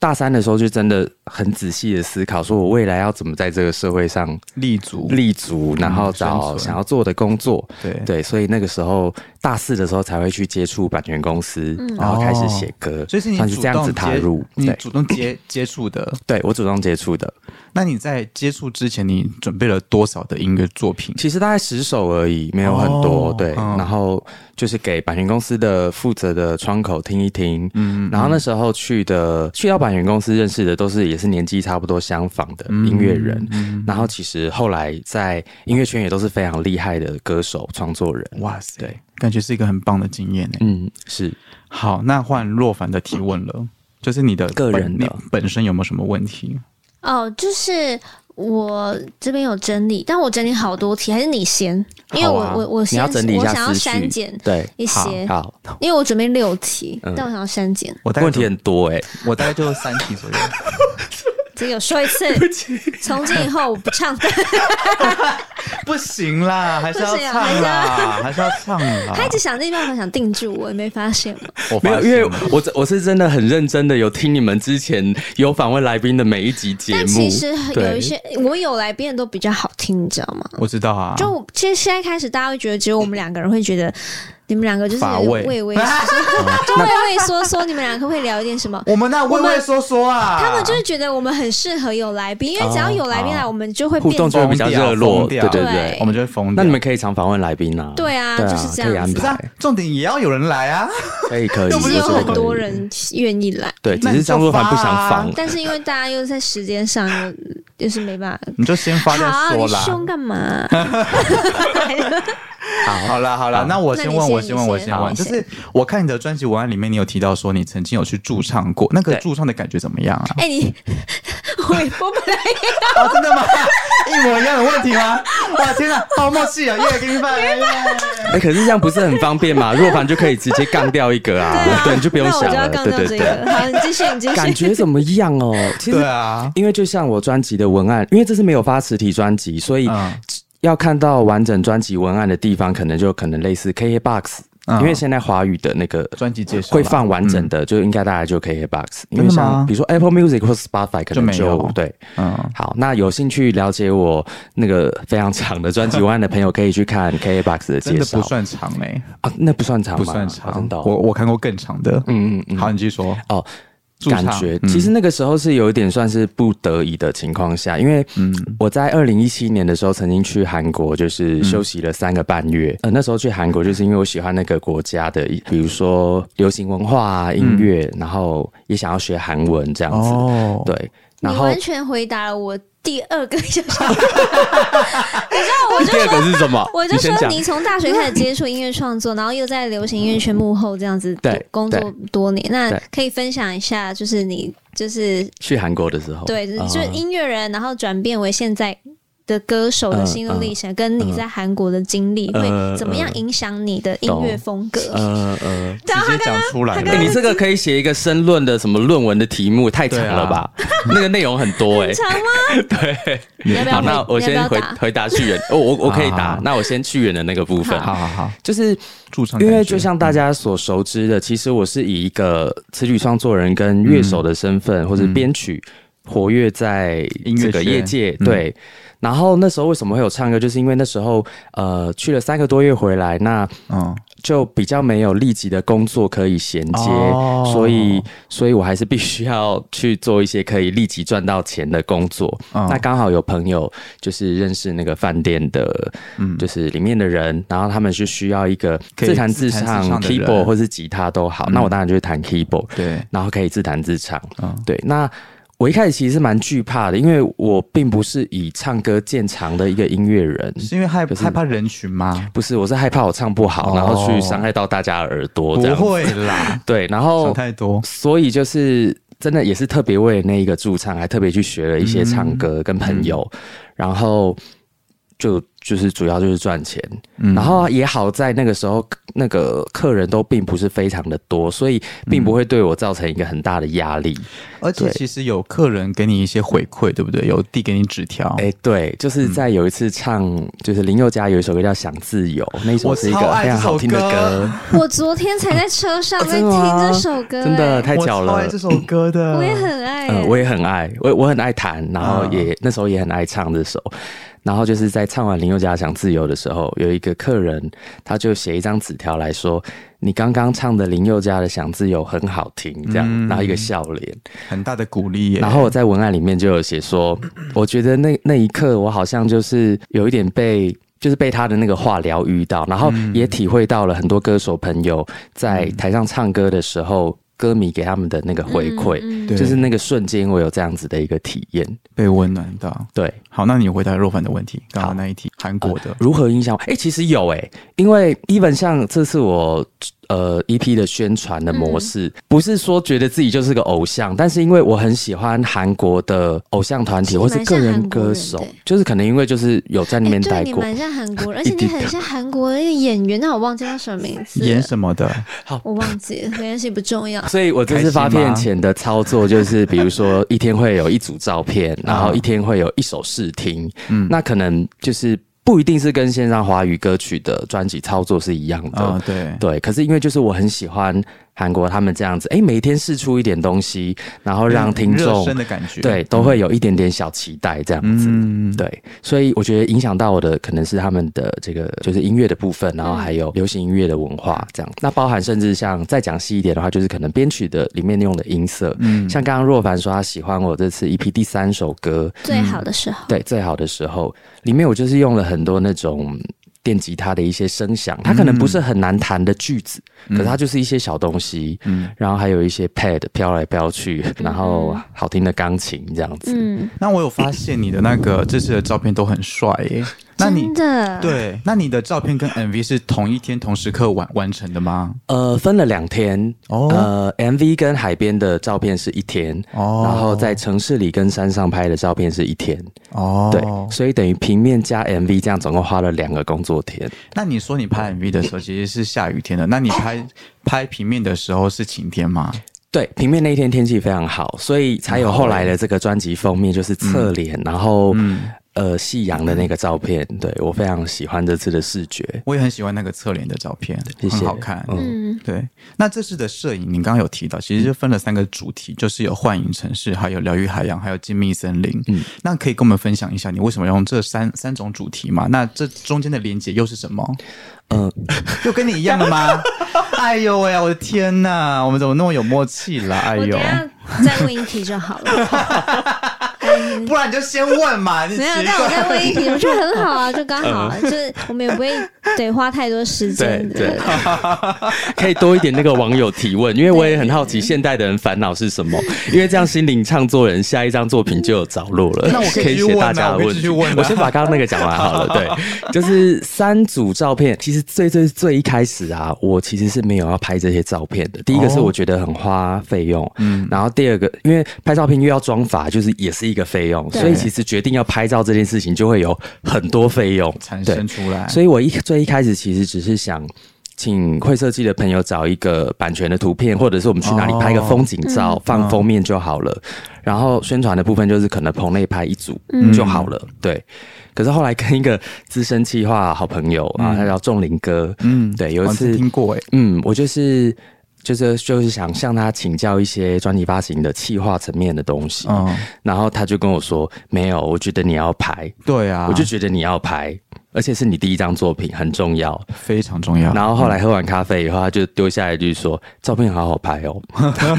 S2: 大三的时候就真的很仔细的思考，说我未来要怎么在这个社会上
S1: 立足，
S2: 立足，然后找
S1: 嗯生存
S2: 想要做的工作。
S1: 对
S2: 对，所以那个时候大四的时候才会去接触版权公司，然后开始写歌，
S1: 哦所以是你
S2: 算
S1: 主
S2: 这样子
S1: 动
S2: 踏
S1: 接
S2: 入。
S1: 你
S2: 对，
S1: 主动接接触的。
S2: 对我主动接触的，
S1: 那你在接触之前，你准备了多少的音乐作品？
S2: 其实大概十首而已，没有很多。
S1: 哦
S2: 对，
S1: 嗯
S2: 然后就是给版权公司的负责的窗口听一听。嗯，然后那时候去的去到版权公司认识的都是也是年纪差不多相仿的
S1: 嗯
S2: 音乐人。然后其实后来在音乐圈也都是非常厉害的歌手创作人。
S1: 哇塞，
S2: 对
S1: 感觉是一个很棒的经验欸诶。
S2: 嗯，是
S1: 好，那换若凡的提问了，就是你的
S2: 个
S1: 本
S2: 人的
S1: 你本身有没有什么问题？
S3: 哦，就是我这边有整理，但我整理好多题，还是你先，因为
S2: 好
S3: 我、
S2: 啊
S3: 我我
S2: 你
S3: 先
S2: 要整理一
S3: 我
S2: 下
S3: 想要
S2: 思绪
S3: 删减
S2: 对。
S3: 一些，
S2: 好，
S3: 因为我准备六题，
S2: 嗯
S3: 但我想要删减。
S1: 我大概
S2: 问题很多哎、
S1: 我大概就三题左右。
S3: 只有说 一次，从今以后我不 唱。
S2: 啊
S1: 不行啦，还是要
S3: 不行啊
S1: 唱啦，还是要唱啊啦。
S3: 他一直想尽办法想定住我，你没发现吗？
S1: 我
S2: 没
S1: 发
S2: 有，因
S1: 现
S2: 为
S1: 了
S2: 我我是真的很认真的有听你们之前有访问来宾的每一集节目，
S3: 但其实有
S2: 对
S3: 一些我有来变得都比较好听，你知道吗？
S1: 我知道啊，
S3: 就其实现在开始，大家会觉得只有我们两个人会觉得你们两个就是
S1: 乏
S3: 有
S1: 味
S3: 点畏畏缩缩，就畏畏缩缩，你们两个会聊一点什么？
S1: 我们那畏
S3: 们
S1: 畏缩缩啊，
S3: 他们就是觉得我们很适合有来宾，因为只要有来宾来，我们就会
S2: 互
S3: 变
S2: 动就会比较热络，
S1: 疯
S2: 对
S1: 掉
S2: 对
S3: 对
S2: 对。
S1: 我们就会疯掉。
S2: 那你们可以常访问来宾啊，
S3: 对啊就是这样
S2: 可以安
S1: 不是啊
S2: 排，
S1: 重点也要有人来啊。
S2: 可以可以，
S3: 其实有
S2: 我觉得
S3: 很
S2: 可以
S3: 多人愿意来，
S2: 对，只
S1: 那你
S2: 是
S1: 就
S2: 张若凡不想
S1: 发啊
S2: 访，
S3: 但是因为大家又在时间上又又是没办法。
S1: 你就先发
S3: 好，
S1: 再说
S3: 你
S1: 啦。
S3: 凶干嘛？
S2: 啊
S1: 好，好啦，好啦，那我先
S3: 那你
S1: 问，
S3: 先
S1: 我先问，
S3: 你
S1: 我
S3: 先
S1: 先问，
S3: 你
S1: 就
S3: 先
S1: 是我看你的专辑文案里面，你有提到说你曾经有去驻唱过，那个
S2: 对
S1: 驻唱的感觉怎么样啊？
S3: 哎、你我我本来
S1: 啊，真的吗？ 一模一样的问题吗？哇，天哪，好默 契啊！耶，给你发耶！
S2: 哎，可是这样不是很方便 嘛？若凡就可以直接杠掉一个啊，对，你就不用
S3: 那我
S2: 想
S3: 就要
S2: 了，
S3: 杠
S2: 对
S3: 掉
S2: 对
S3: 这
S2: 对。
S3: 个。好，你继续，你继续。
S2: 感觉怎么样哦？其实
S1: 对啊，
S2: 因为就像我专辑的文案，因为这是没有发实体专辑，所以
S1: 嗯
S2: 要看到完整专辑文案的地方，可能就可能类似 KKBOX，、
S1: 嗯
S2: 因为现在华语的那个
S1: 专辑介绍啦
S2: 会放完整的，就应该大家就 KKBOX，因
S1: 真
S2: 为
S1: 的吗
S2: 像比如说 Apple Music 或 Spotify 可
S1: 就
S2: 能
S1: 没
S2: 就
S1: 有
S2: 对。
S1: 嗯，
S2: 好，那有兴趣了解我那个非常长的专辑文案的朋友，可以去看 KKBOX 的
S1: 真
S2: 介
S1: 的
S2: 绍
S1: 不算长哎、
S2: 啊，那不算长
S1: 不
S2: 吗，
S1: 算
S2: 哦
S1: 长，
S2: 真的哦、
S1: 我我看过更长的。
S2: 嗯嗯嗯，
S1: 好，你继续说。
S2: 哦，
S1: 驻
S2: 感
S1: 唱
S2: 觉。
S1: 嗯
S2: 其实那个时候是有一点算是不得已的情况下，因为
S1: 嗯
S2: 我在二零一七年的时候曾经去韩国，就是休息了三个半月。
S1: 嗯
S2: 呃，那时候去韩国就是因为我喜欢那个国家的一，比如说流行文化、啊、音乐，然后也想要学韩文这样子。
S1: 嗯哦，
S2: 对，
S3: 你
S2: 然后
S3: 完全回答了我第二个想 法。
S2: 第二个是什么？
S3: 我就
S2: 你先
S3: 说
S2: 讲
S3: 你从大学开始接触音乐创作，然后又在流行音乐圈幕后这样子
S2: 对
S3: 工作
S2: 对
S3: 多年，那
S2: 对
S3: 可以分享一下，就是你就是
S2: 去韩国的时候，
S3: 对，
S1: 哦
S2: 啊
S3: 就是音乐人，然后转变为现在。的歌手的心路历
S2: 嗯
S3: 程，跟你在韩国的经历会怎么样影响你的音乐风格？
S2: 呃呃，
S1: 直接讲出来
S3: 他刚
S2: 欸
S1: 了
S2: 你。这个可以写一个申论的什么论文的题目，太长了吧？
S1: 啊
S2: 那个内容很多哎、
S3: 很长吗？
S2: 对，
S3: 你要不
S2: 好，
S3: 要
S2: 那
S3: 回
S2: 我
S3: 你要
S2: 先
S3: 不
S2: 回
S3: 要答？
S2: 回答旭远，哦，我我可以
S1: 好好
S2: 答
S1: 好。
S2: 那我先去远的那个部分，
S1: 好好好，
S2: 就是
S1: 驻唱
S2: 因为
S1: 感觉
S2: 就像大家所熟知
S1: 嗯
S2: 的，其实我是以一个词曲创作人跟乐手的身份，
S1: 嗯
S2: 或者编曲。活跃在
S1: 音乐
S2: 这个
S1: 圈
S2: 业界，
S1: 嗯
S2: 对。然后那时候为什么会有唱歌，就是因为那时候呃去了三个多月回来，那
S1: 嗯
S2: 就比较没有立即的工作可以衔接，
S1: 哦
S2: 所以，所以我还是必须要去做一些可以立即赚到钱的工作。
S1: 嗯
S2: 那刚好有朋友就是认识那个饭店的，
S1: 嗯
S2: 就是里面的人，然后他们是需要一个
S1: 可以
S2: 自弹自
S1: 自弹自
S2: 唱
S1: 唱的人嗯
S2: keyboard 或是吉他都好，那我当然就是弹 keyboard，
S1: 对
S2: 然后可以自弹自唱。
S1: 嗯
S2: 对，那。我一开始其实是蛮惧怕的，因为我并不是以唱歌见长的一个音乐人，
S1: 是因为害
S2: 可是
S1: 害怕人群吗？
S2: 不是，我是害怕我唱不
S1: 哦
S2: 好，然后去伤害到大家的耳朵，
S1: 不
S2: 这样子
S1: 会 啦，
S2: 对，然
S1: 想
S2: 后
S1: 太多。
S2: 所以就是真的也是特别为那一个驻唱，还特别去学了一些唱
S1: 嗯
S2: 歌跟朋友，然后就就是主要就是赚钱，
S1: 嗯
S2: 然后也好在那个时候那个客人都并不是非常的多，所以并
S1: 嗯
S2: 不会对我造成一个很大的压力。
S1: 而且
S2: 对
S1: 其实有客人给你一些回馈，对不对？有递给你纸条，
S2: 哎、对，就是在有一次唱，就是林宥嘉有一首歌叫《想自由》，那一首
S1: 我
S2: 是一个
S1: 超爱
S2: 非常
S1: 这首
S2: 好听的
S1: 歌
S2: 歌，
S3: 我昨天才在 车上在
S2: 哦真的
S3: 听
S2: 吗
S3: 这首歌，
S2: 真的
S3: 哎
S2: 太巧
S1: 我超
S2: 了
S1: 爱。这首歌的，
S3: 我也很爱
S2: 呃，
S3: 哎。哦
S2: 我也很爱，我我很爱弹，然后也、那时候也很爱唱这首。然后就是在唱完林宥嘉《想自由》的时候，有一个客人他就写一张纸条来说：“你刚刚唱的林宥嘉的《想自由》很好听。”这样，
S3: 嗯
S2: 然后一个笑脸。
S1: 很大的鼓励耶。
S2: 然后我在文案里面就有写说，我觉得那那一刻我好像就是有一点被。就是被他的那个话疗愈到，然后
S3: 嗯
S2: 也体会到了很多歌手朋友在台上唱歌的时候，歌迷给他们的那个回馈，
S3: 嗯
S1: 对
S2: 就是那个瞬间我有这样子的一个体验。
S1: 被温暖到。
S2: 对，
S1: 好，那你回答若凡的问题，刚
S2: 好
S1: 刚那一题，韩国的，
S2: 如何影响我？哎、其实有哎、因为 even 像这次我呃 EP 的宣传的模式，
S3: 嗯
S2: 不是说觉得自己就是个偶像，但是因为我很喜欢韩国的偶像团体
S3: 其实
S2: 或是
S3: 蛮像
S2: 个人
S3: 韩国人
S2: 歌
S3: 的
S2: 手
S3: 欸，
S2: 就是可能因为就是有在那
S3: 哎
S2: 边
S3: 对
S2: 待
S3: 你
S2: 过，
S3: 蛮像韩 国人，而且你很像韩国的一个演员，但我忘记他什么名字了，
S1: 演什么的？
S3: 我忘记了，没关系，不重要。
S2: 所以我这次发片前的操作就是，比如说一天会有一组照片，然
S3: 嗯
S2: 后一天会有一首试听，嗯，那可能就是不一定是跟线上华语歌曲的专辑操作是一样的，
S1: 啊，对，
S2: 对，可是因为就是我很喜欢韩国他们这样子，哎，每天试出一点东西，然后让听
S1: 热
S2: 众
S1: 身的感觉，
S2: 对都会有一点点小期待这样子。
S1: 嗯，
S2: 对，所以我觉得影响到我的可能是他们的这个就是音乐的部分，然后还有流行音乐的文化这样。那包含甚至像再讲细一点的话，就是可能编曲的里面用的音色，嗯，像刚刚若凡说他喜欢我这次 EP 第三首歌，
S3: 最好的时候，
S2: 对，最好的时候，里面我就是用了很多那种电吉他的一些声响，它可能不是很难弹的句子，
S1: 嗯
S2: 可是它就是一些小东西，嗯，然后还有一些 pad 飘来飘去，
S1: 嗯
S2: 然后好听的钢琴这样子。
S3: 嗯，
S1: 那我有发现你的那个这次的照片都很帅耶。那你
S3: 真的，
S1: 对，那你的照片跟 MV 是同一天同时刻完完成的吗？
S2: 呃，分了两天，
S1: 哦
S2: 呃，MV 跟海边的照片是一天，
S1: 哦
S2: 然后在城市里跟山上拍的照片是一天，
S1: 哦，
S2: 对，所以等于平面加 MV 这样总共花了两个工作天。
S1: 那你说你拍 MV 的时候其实是下雨天的，那你拍 拍平面的时候是晴天吗？
S2: 对，平面那一天天气非常好，所以才有后来的这个专辑封面，就是侧脸，然后、呃夕阳的那个照片。对我非常喜欢这次的视觉，
S1: 我也很喜欢那个侧脸的照片，
S2: 谢谢
S1: 很好看。
S3: 嗯，
S1: 对，那这次的摄影，你刚刚有提到，其实就分了三个主题，就是有幻影城市，还有疗愈海洋，还有静谧森林。嗯，那可以跟我们分享一下，你为什么要用这三三种 主题吗？那这中间的连接又是什么？
S2: 嗯、
S1: 又跟你一样了吗？哎呦喂呀，我的天哪，我们怎么那么有默契啦？哎
S3: 我
S1: 呦
S3: 等一，下再问一题就好 了。
S1: 不然你就先问 嘛，你
S3: 没有，
S1: 奇
S3: 但我
S1: 怪
S3: 再问一题，我觉得很好啊，就刚好 啊，就是我们也不会得花太多时间
S2: 呃对
S3: 的
S2: 对。可以多一点那个网友提问，因为我也很好奇现代的人烦恼是什么，因为这样心灵唱作人下一张作品就有着落了。
S1: 那我可以
S2: 可以
S1: 继续
S2: 写大
S1: 问
S2: 家
S1: 啊
S2: 的
S1: 我可以
S2: 问
S1: 继
S2: 题。
S1: 续问啊
S2: 我先把刚刚那个讲完 好了。对，就是三组照片，其实最最最一开始啊，我其实是没有要拍这些照片的。第一个是
S1: 哦
S2: 我觉得很花费用，嗯，然后第二个因为拍照片又要装法，就是也是一个费用，
S3: 对
S2: 所以其实决定要拍照这件事情就会有很多费用
S1: 产
S2: 对
S1: 生出来，
S2: 所以我一最一开始其实只是想。请会设计的朋友找一个版权的图片，或者是我们去哪里拍一个风景照，
S1: 嗯
S2: 放封面就好了。然后宣传的部分就是可能棚内拍一组
S1: 嗯
S2: 就好了。对。可是后来跟一个资深企划好朋友啊，他叫仲林哥，嗯，对，有一
S1: 嗯哦
S2: 次
S1: 你听过哎，
S2: 嗯，我就是就是就是想向他请教一些专辑发行的企划层面的东西，
S1: 嗯，
S2: 然后他就跟我说：“没有，我觉得你要拍，
S1: 对啊，
S2: 我就觉得你要拍，而且是你第一张作品，很重要。
S1: 非常重要。
S2: 然后后来喝完咖啡以后，他就丢下一句说：“照片好好拍哦。
S1: 他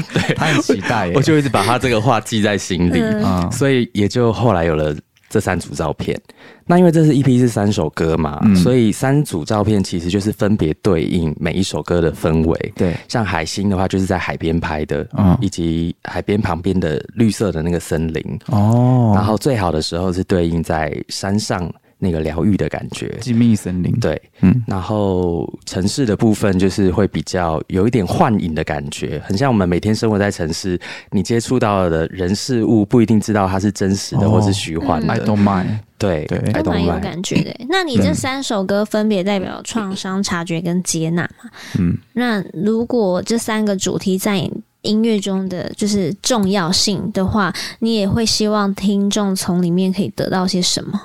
S1: 很期待耶，”
S2: 我就一直把他这个话记在心里，
S1: 嗯
S2: 所以也就后来有了这三组照片。那因为这是一批是三首歌嘛，
S1: 嗯
S2: 所以三组照片其实就是分别对应每一首歌的氛围。
S1: 对
S2: 像海星的话，就是在海边拍的，
S1: 嗯
S2: 以及海边旁边的绿色的那个森林。
S1: 哦，
S2: 然后最好的时候是对应在山上那个疗愈的感觉。
S1: 静谧森林，
S2: 对，
S1: 嗯
S2: 然后城市的部分就是会比较有一点幻影的感觉，很像我们每天生活在城市，你接触到的人事物不一定知道它是真实的
S1: 哦
S2: 或是虚幻
S1: ，I
S2: 的。
S1: don't mind。
S2: 对
S1: 对
S2: ，I
S3: 都
S2: don't
S3: 蛮有
S2: mind
S3: 感觉的欸。那你这三首歌分别代表创伤、察觉跟接纳嘛？
S1: 嗯，
S3: 那如果这三个主题在你音乐中的就是重要性的话，你也会希望听众从里面可以得到些什么？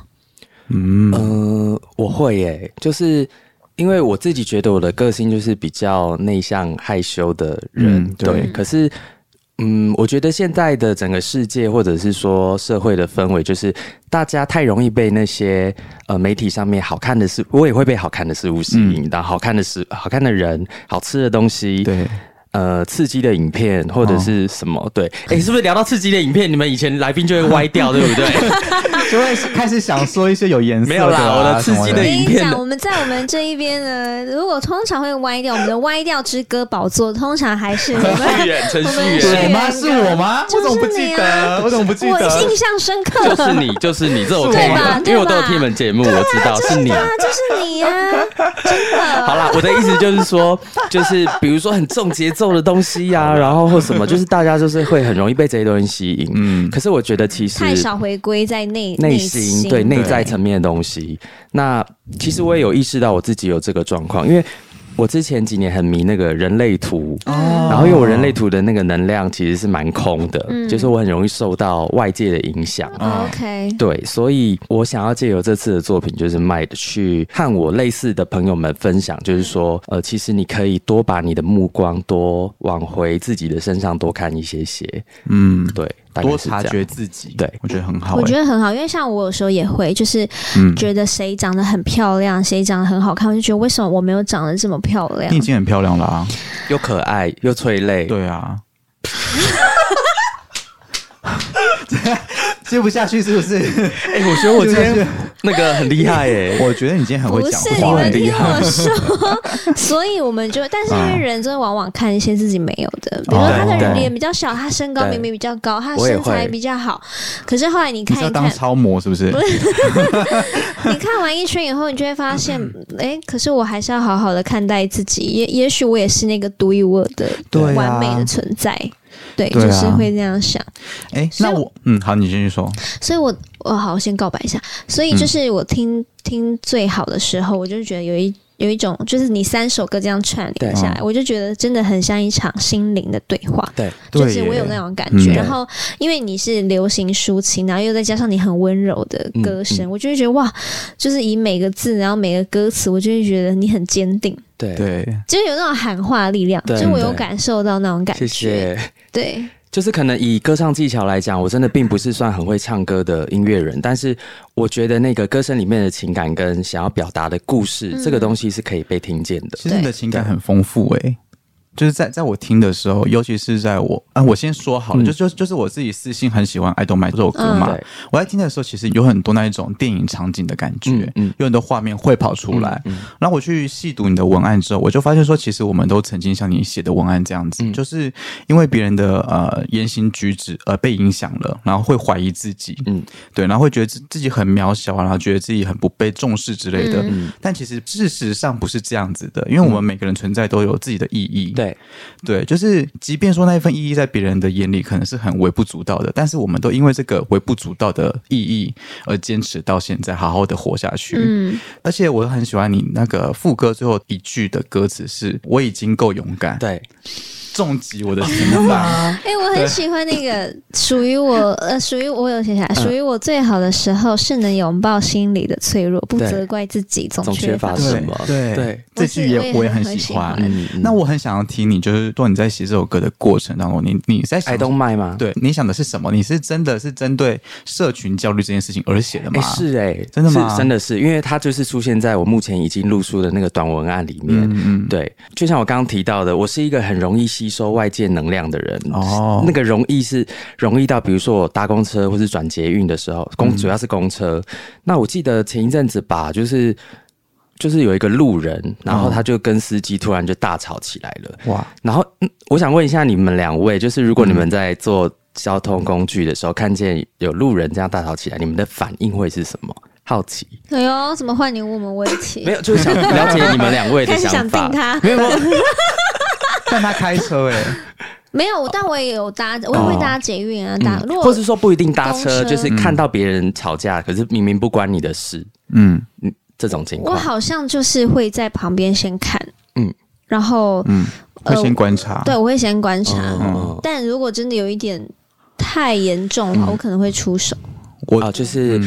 S1: 嗯，
S2: 嗯，我会耶、就是因为我自己觉得我的个性就是比较内向害羞的人，
S1: 嗯
S2: 对。
S1: 对
S2: 可是，嗯，我觉得现在的整个世界或者是说社会的氛围，就是大家太容易被那些呃媒体上面好看的事，我也会被好看的事物吸引，然后好看的事、好看的人、好吃的东西，
S1: 对，
S2: 呃刺激的影片或者是什么？对，哎、是不是聊到刺激的影片，你们以前来宾就会歪 掉，对不对？
S1: 就会开始想说一些有颜色
S2: 没有啦
S1: 的啊
S2: 我的刺激
S1: 什么
S2: 的
S3: 我
S2: 对
S3: 跟
S2: 影
S3: 你
S2: 片的
S3: 讲，我们在我们这一边呢，如果通常会歪掉，我们的歪掉之歌宝座通常还是我
S2: 程
S3: 们
S2: 序员，程
S3: 我
S2: 序
S3: 们
S2: 员
S3: 是。
S1: 对吗？是我吗？我
S3: 啊就
S1: 怎么不
S3: 是
S1: 记
S3: 你啊
S1: 得？我怎么不记
S3: 我
S1: 得？
S3: 印象深 刻，
S2: 就是你，就是你，这我可以
S3: 对吧，
S2: 因为我都
S3: 对吧
S2: 有听你们节目，我知道是你。
S3: 啊，就是你啊，
S2: 好啦，我的意思就是说，就是比如说很重节奏的东西呀、然后或什么，就是大家就是会很容易被这些东西吸引。嗯，可是我觉得其实
S3: 太少回归在内
S2: 内
S3: 心
S2: 心对内
S1: 对
S2: 在层面的东西。那其实我也有意识到我自己有这个状况，因为我之前几年很迷那个人类图，
S1: 哦
S2: 然后因为我人类图的那个能量其实是蛮空的，就是我很容易受到外界的影响。
S3: OK，
S2: 对，所以我想要借由这次的作品，就是麦的去和我类似的朋友们分享，就是说，呃，其实你可以多把你的目光多往回自己的身上多看一些些，
S1: 嗯，
S2: 对，大概
S1: 多
S2: 是这
S1: 察
S2: 样
S1: 觉自己，
S2: 对
S1: 我觉得很好欸。嗯
S3: 我觉得很好，因为像我有时候也会，就是觉得谁长得很漂亮，谁长得很好看，我就觉得为什么我没有长得这么漂亮
S1: 哎你已？经很漂亮了啊。
S2: 又可爱又催泪，
S1: 对啊， 接不下去是不 是？
S2: 哎、我觉得我今天那个很厉 害耶、
S1: 我觉得你今天很会啊
S3: 不
S1: 讲
S3: 是你
S1: 话欸，
S3: 们听我说， 所以我们就，但是因为人真的往往看一些自己没有
S1: 哦
S3: 的，比如说他的脸比较小，他身高明明比较高，他身材比较好，可是后来你
S1: 你是
S3: 看
S1: 要
S3: 一
S1: 当
S3: 看，
S1: 超模是不是？
S3: 你看完一圈以后，你就会发 现，哎、可是我还是要好好的看待自己，也也许我也是那个独一无二的
S1: 对啊
S3: 完美的存在，对，
S1: 对啊
S3: 就是会这样想。
S1: 哎，
S3: 所以
S1: 那我嗯，好，你继续说。
S3: 所以我，我好，我先告白一下。所以
S2: 嗯
S3: 就是我听、听最好的时候，我就觉得有一有一种，就是你三首歌这样串联下来，我就觉得真的很像一场心灵的对话。
S2: 对，
S3: 就是
S1: 对
S3: 我
S1: 耶
S3: 有那种感
S1: 嗯
S3: 觉。然后，因为你是流行抒情，然后又再加上你很温柔的
S2: 嗯
S3: 歌声，我就会觉得哇，就是以每个字，然后每个歌词，我就会觉得你很坚定，
S2: 对对，
S1: 对，
S3: 就是有那种喊话的力量。
S2: 对
S3: 就是我有
S2: 对
S3: 感受到那种感觉。
S2: 谢谢。
S3: 对，
S2: 就是可能以歌唱技巧来讲，我真的并不是算很会唱歌的音乐人，但是我觉得那个歌声里面的情感跟想要表达的故事，
S3: 嗯
S2: 这个东西是可以被听见的。
S1: 其实你的情感很丰富哎，就是在在我听的时候，尤其是在我啊，我先说好了，
S2: 嗯
S1: 就就就是我自己私心很喜欢《I Don't Mind》这首歌嘛。
S2: 嗯对
S1: 我在听的时候，其实有很多那一种电影场景的感觉，
S2: 嗯嗯
S1: 有很多画面会跑出来。然后我去细读你的文案之后，我就发现说，其实我们都曾经像你写的文案这样
S2: 嗯
S1: 子，就是因为别人的呃言行举止而被影响了，然后会怀疑自己，
S2: 嗯
S1: 嗯，对，然后会觉得自自己很渺小啊，然后觉得自己很不被重视之类的。
S2: 嗯
S1: 但其实事实上不是这样子的，因为我们每个人存在都有自己的意义，
S2: 对，
S1: 对，就是即便说那一份意义在别人的眼里可能是很微不足道的，但是我们都因为这个微不足道的意义而坚持到现在，好好的活下去。
S3: 嗯，
S1: 而且我很喜欢你那个副歌最后一句的歌词是“我已经够勇敢”，
S2: 对，
S1: 重击我的心房。
S3: 哎、我很喜欢那个属于我，呃，属于我有写
S2: 嗯
S3: 下来，属于我最好的时候是能拥抱心里的脆弱，不
S2: 对
S3: 责怪自己总
S2: 总缺
S3: 缺
S2: 乏
S3: 乏
S2: 什
S3: 什
S1: 对
S3: 么。
S2: 么
S1: 对
S2: 对
S1: 这句
S3: 我
S1: 也
S3: 也
S1: 我也
S3: 很
S1: 很
S3: 喜
S1: 喜
S3: 欢
S1: 欢。
S2: 嗯，
S1: 那
S2: 我
S1: 我很想要听你，就是说你在写这首歌的过程当中，你你在想
S2: I don't mind 吗？
S1: 对你想的是什么？你是真的是针对社群焦虑这件事情而写的吗？
S2: 哎、是哎、
S1: 真的吗
S2: 是真的是，因为它就是出现在我目前已经录出的那个短文案里面。
S1: 嗯，嗯
S2: 对，就像我刚刚提到的，我是一个很容易吸收外界能量的人。
S1: 哦
S2: 那个容易是容易到，比如说我搭公车或是转捷运的时候，公、
S1: 嗯
S2: 主要是公车。那我记得前一阵子吧，就是就是有一个路人，然
S1: 嗯
S2: 后他就跟司机突然就大吵起来了。
S1: 哇，
S2: 然后，嗯我想问一下你们两位，就是如果你们在坐交通工具的时候，看见有路人这样大吵起来，你们的反应会是什么？好奇，
S3: 哎呦，怎么换你问我们问题？
S2: 没有，就是想了解你们两 位的
S3: 开始
S2: 想
S3: 嗯想定
S2: 法。
S3: 他。
S1: 没有，没有但他开车哎、
S3: 没有，但我也有搭，我也会搭捷运啊，搭。
S2: 哦
S3: 如
S2: 嗯或
S3: 果
S2: 是说不一定搭车，
S3: 公车
S2: 就是看到别人吵架，可是明明不关你的事，
S1: 嗯
S2: 这种情
S3: 我
S2: 况。
S3: 好像就是会在旁边先看，
S2: 嗯
S3: 嗯，然后
S1: 嗯，会
S3: 呃
S1: 先观察，
S3: 对，我会先观察。
S2: 哦嗯
S3: 但如果真的有一点太严重的话，我可能会出手。
S1: 我
S2: 啊，就是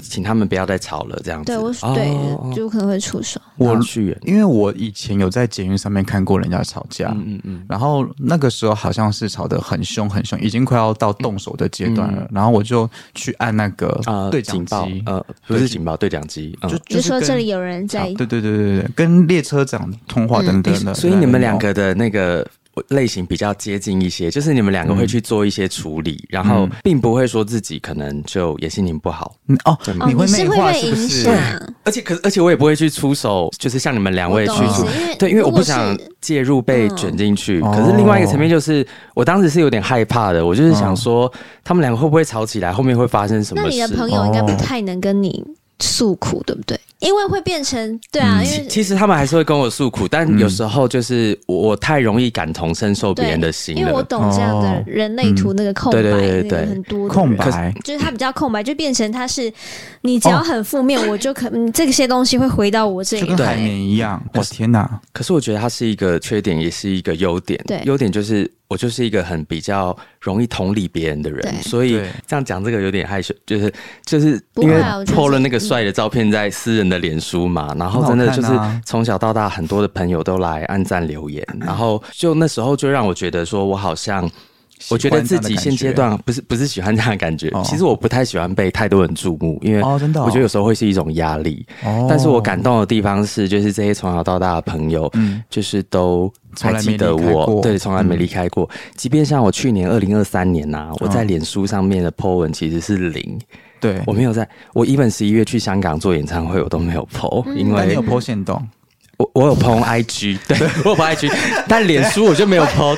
S2: 请他们不要再吵了，这样子。
S3: 对我
S2: 哦
S3: 对
S2: 哦，
S3: 就可能会出手。
S2: 我
S1: 我
S2: 去远，
S1: 因为我以前有在捷运上面看过人家吵架，
S2: 嗯嗯嗯，
S1: 然后那个时候好像是吵得很凶很凶，已经快要到动手的阶段了，然后我就去按那个
S2: 嗯啊，
S1: 对
S2: 警
S1: 讲
S2: 报
S1: 机，，
S2: 呃，不是警报，对讲机，嗯
S1: 就
S3: 比如
S1: 就是
S3: 说
S1: 跟啊
S3: 这里有人在，
S1: 对对对对对，跟列车长通话等等的、
S2: 嗯所以你们
S1: 哦
S2: 两个的那个类型比较接近一些，就是你们两个会去做一些处理，然后并不会说自己可能就也心情不好，
S1: 嗯哦
S2: 对，
S3: 哦，
S1: 你会
S3: 是
S1: 内
S3: 会
S1: 化
S3: 被
S1: 是不
S3: 影
S1: 是？
S3: 响。
S2: 而且可是而且我也不会去出手，就是像你们两位
S3: 我
S2: 去
S3: 懂意思
S2: 出。，
S3: 因为
S2: 对，因为我不
S3: 如果是
S2: 想介入被卷进去。
S1: 嗯
S2: 可是另外一个层面就是，我当时是有点害怕的，我就是想说，他们两个会不会吵起来，后面会发生什
S3: 那
S2: 么哦
S3: 你的
S2: 事？
S3: 朋友应该不太能跟你诉苦，对不对？因为会变成对啊，因为
S2: 其实他们还是会跟我诉苦，但有时候就是我我太容易感同身受别
S3: 对
S2: 人的心了。
S3: 因为我懂这样的
S1: 哦
S3: 人类图那个空白，
S2: 对对对对
S3: 那个很多的
S1: 空
S3: 人
S1: 白，
S3: 就是它比较空白，就变成它是你只要
S2: 哦
S3: 很负面，我就可嗯这些东西会回到我这
S1: 就
S3: 里
S1: 跟海
S3: 来。
S1: 绵一样，我天哪！
S2: 可是我觉得它是一个缺点，也是一个优点。
S3: 对
S2: 优点就是我就是一个很比较容易同理别人的人，
S3: 对
S2: 所以
S1: 对
S2: 这样讲这个有点害羞，就是就是
S3: 不
S2: 因
S3: 会
S2: 为
S3: 啊我觉得
S2: PO 了
S3: 是
S2: 那个帅的照片在私人的脸书嘛，然后真的就
S1: 嗯
S2: 是
S1: 很好看啊
S2: 从小到大很多的朋友都来按赞留言，
S1: 嗯
S2: 然后就那时候就让我觉得说我好像。我觉得自己现阶段不是不是喜欢这样的感觉，
S1: 哦
S2: 其实我不太喜欢被太多人注目，因为
S1: 哦真的哦
S2: 我觉得有时候会是一种压力。
S1: 哦
S2: 但是我感动的地方是，就是这些从小到大的朋友，
S1: 嗯
S2: 就是都还
S1: 从来没
S2: 记得
S1: 离开
S2: 我，
S1: 过嗯
S2: 对，从来没离开过。即便像我去年二零二三年呐、我在
S1: 哦
S2: 脸书上面的 po 文其实是零，
S1: 对，
S2: 我没有在，我 even 十一月去香港做演唱会，我都没有 po，、因
S1: 嗯但你
S2: 为
S1: 有剖线洞，
S2: 我我有 po IG，对 我有 po IG，但脸书我就没有 po，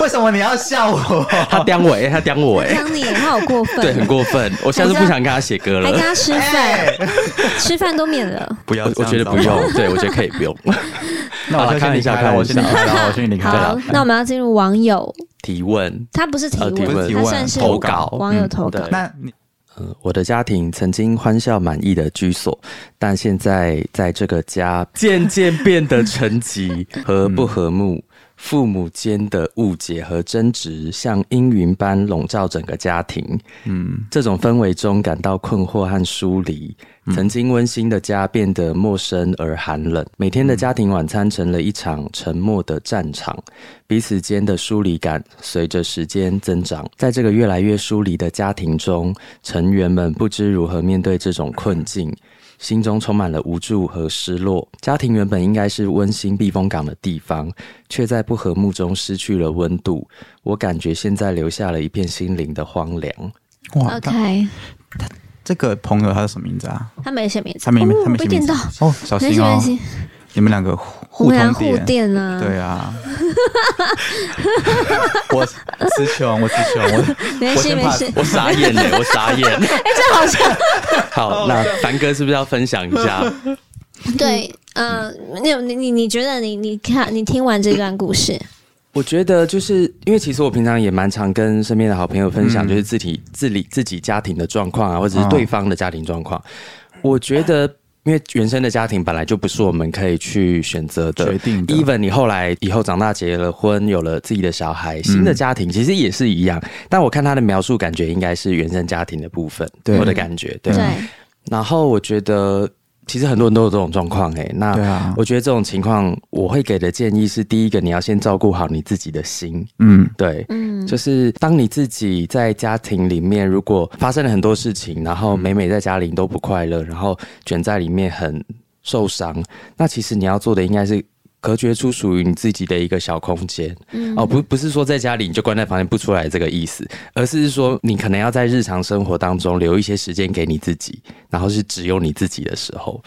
S1: 为什么你要笑我？
S2: 他刁我、欸，他刁我、欸，
S3: 当你他好过分，
S2: 对，很过分，我下次不想跟他写歌
S3: 还
S2: 了。
S3: 跟他吃
S1: 哎
S3: 饭， 吃饭都 免了。
S1: 不要
S2: 我我觉得不用，对我觉得可以不用
S1: 那我
S2: 好啦
S1: 先
S2: 看一下
S1: 离开了我先离
S2: 看
S1: 开了，我先离开
S3: 好
S1: 了。，
S3: 那我们要进入网友，
S2: 提问。
S3: 他不是提
S2: 啊呃提问
S3: 问，他算是
S2: 投稿
S3: 网友投稿
S2: 嗯对。
S1: 那你
S2: 呃我的家庭曾经欢笑满意的居所，但现在在这个家渐渐变得沉寂和不和睦。父母间的误解和争执像阴云般笼罩整个家庭，
S1: 嗯，
S2: 这种氛围中感到困惑和疏离。曾经温馨的家变得陌生而寒冷，每天的家庭晚餐成了一场沉默的战场，彼此间的疏离感随着时间增长。在这个越来越疏离的家庭中，成员们不知如何面对这种困境。心中充满了无助和失落。家庭原本应该是温馨避风港的地方，却在不和睦中失去了温度。我感觉现在留下了一片心灵的荒凉。
S1: 哇，他
S3: ，OK，
S1: 这个朋友他是什么名字啊？
S3: 他没写名字，
S1: 他没
S3: 哦
S1: 他没
S3: 被
S1: 写名
S3: 电
S1: 字
S3: 到，
S1: 哦，小
S3: 没
S1: 心
S3: 事
S1: 哦
S3: 没，事，
S1: 你们两个互
S3: 我
S1: 互
S3: 们俩
S1: 通
S3: 互电啊，
S1: 对 啊，我词穷，我词穷，我
S3: 没
S1: 我
S3: 事
S1: 先
S3: 没
S1: pass
S3: 事，
S2: 我傻眼嘞，我傻 眼。
S3: 哎这好像
S2: 好，那凡哥是不是要分享一下？
S3: 对，嗯，那你你你觉得你你看你听完这段故事，
S2: 我觉得就是因为其实我平常也蛮常跟身边的好朋友分
S1: 嗯
S2: 享，就是自己、自理自己家庭的状况啊，或者是对方的家庭状况。我觉得，因为原生的家庭本来就不是我们可以去选择的
S1: 决定的
S2: even 你后来以后长大结了婚，有了自己的小孩，新
S1: 嗯
S2: 的家庭其实也是一样。但我看他的描述，感觉应该是原生家庭的部分，
S1: 对
S2: 我的感觉。对，
S3: 对，
S2: 然后我觉得其实很多人都有这种状况哎、那
S1: 对
S3: 嗯
S1: 啊
S2: 我觉得这种情况，我会给的建议是：第一个，你要先照顾好你自己的心，
S1: 嗯，
S2: 对。
S3: 嗯，
S2: 就是当你自己在家庭里面，如果发生了很多事情，然后每每在家里都不快乐，然后卷在里面很受伤，那其实你要做的应该是隔绝出属于你自己的一个小空间。
S3: 嗯
S2: 哦，不不是说在家里你就关在房间不出来这个意思，而是说你可能要在日常生活当中留一些时间给你自己，然后是只有你自己的时候。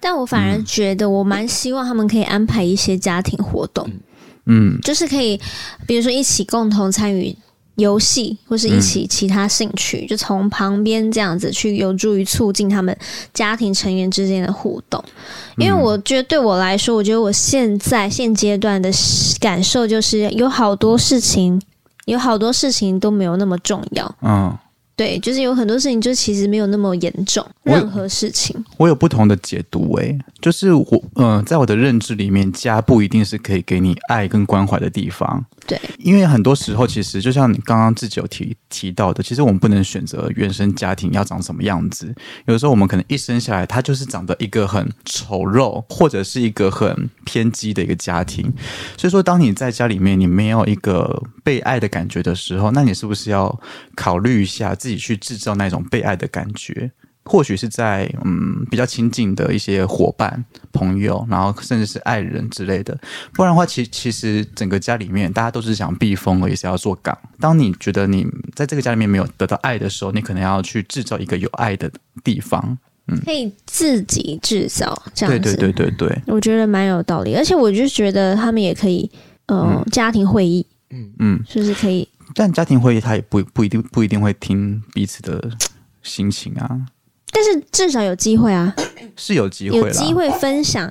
S3: 但我反而觉得，我蛮希望他们可以安排一些家庭活动，
S1: 嗯，
S3: 就是可以，比如说一起共同参与游戏，或是一起其他兴趣，
S1: 嗯
S3: 就从旁边这样子去有助于促进他们家庭成员之间的互动。因为我觉得对我来说，我觉得我现在现阶段的感受就是，有好多事情，有好多事情都没有那么重要。
S1: 嗯，
S3: 对，就是有很多事情，就其实没有那么严重，
S1: 我
S3: 任何事情。
S1: 我有不同的解读、欸，就是我，嗯、在我的认知里面，家不一定是可以给你爱跟关怀的地方，
S3: 对，
S1: 因为很多时候，其实就像你刚刚自己有提提到的，其实我们不能选择原生家庭要长什么样子。有时候我们可能一生下来，他就是长得一个很丑陋，或者是一个很偏激的一个家庭。所以说，当你在家里面你没有一个被爱的感觉的时候，那你是不是要考虑一下自己去制造那种被爱的感觉？或许是在嗯比较亲近的一些伙伴、朋友，然后甚至是爱人之类的，不然的话，其其实整个家里面大家都是想避风而已，是要做港。当你觉得你在这个家里面没有得到爱的时候，你可能要去制造一个有爱的地方。
S3: 可以自己制造这样
S1: 对
S3: 子。
S1: 对对对对，
S3: 我觉得蛮有道理，而且我就觉得他们也可以，呃，家庭会议
S1: 嗯。
S3: 是不是可以？
S1: 但家庭会议他也不不一定不一定会听彼此的心情啊，
S3: 但是至少有机会啊，
S1: 是有机会
S3: 有
S1: 啦。
S3: 机会分享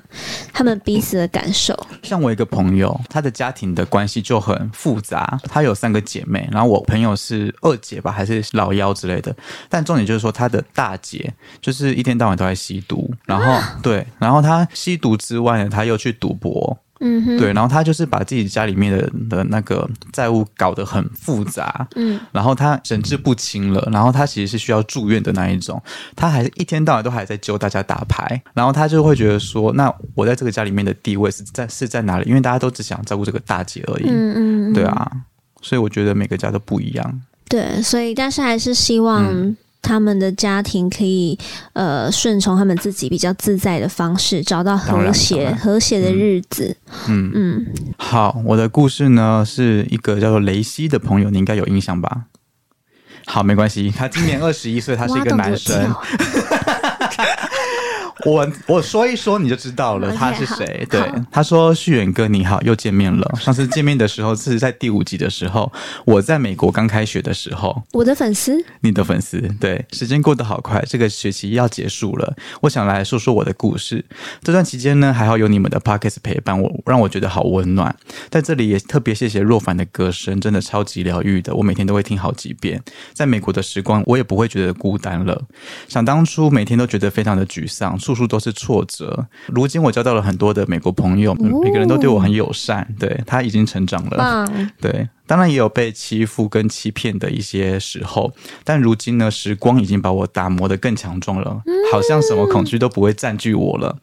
S3: 他们彼此的感受。
S1: 像我一个朋友，她的家庭的关系就很复杂，她有三个姐妹，然后我朋友是二姐吧，还是老幺之类的。但重点就是说，她的大姐就是一天到晚都在吸毒，然后、对，然后她吸毒之外呢，她又去赌博，
S3: 嗯哼，
S1: 对，然后她就是把自己家里面的的那个债务搞得很复杂，
S3: 嗯，
S1: 然后她神志不清了，然后她其实是需要住院的那一种，她还是一天到晚都还在揪大家打牌，然后她就会觉得说，那我在这个家里面的地位是在是在哪里？因为大家都只想照顾这个大姐而已，
S3: 嗯嗯，嗯
S1: 对，啊，所以我觉得每个家都不一样，
S3: 对，所以但是还是希望
S1: 嗯
S3: 他们的家庭可以，呃，顺从他们自己比较自在的方式，找到
S1: 当
S3: 和
S1: 然
S3: 谐
S1: 当然
S3: 和谐的日子。
S1: 嗯。
S3: 嗯，
S1: 好，我的故事呢是一个叫做雷西的朋友，你应该有印象吧？好，没关系，他今年二十一岁，他是一个
S3: 挖洞
S1: 男
S3: 给我
S1: 生
S3: 跳。
S1: 我我说一说你就知道了
S3: OK，
S1: 他是
S3: 好
S1: 谁。
S3: 好
S1: 对，他说：“旭远哥你好，又见面了。上次见面的时候是在第五集的时候，我在美国刚开学的时候，
S3: 我的 粉丝，
S1: 你的粉丝。对，时间过得好快，这个学期要结束了。我想来说说我的故事。这段期间呢，还好有你们的 p o c k e t 陪伴我，让我觉得好温暖。在这里也特别谢谢若凡的歌声，真的超级疗愈的，我每天都会听好几遍。在美国的时光，我也不会觉得孤单了。想当初每天都觉得非常的沮丧，处处都是挫折。如今我交到了很多的美国朋友，每个人都对我很友善。对他已经成长了。
S3: 棒，
S1: 对，当然也有被欺负跟欺骗的一些时候，但如今呢，时光已经把我打磨得更强壮了，好像什么恐惧都不会占据我了。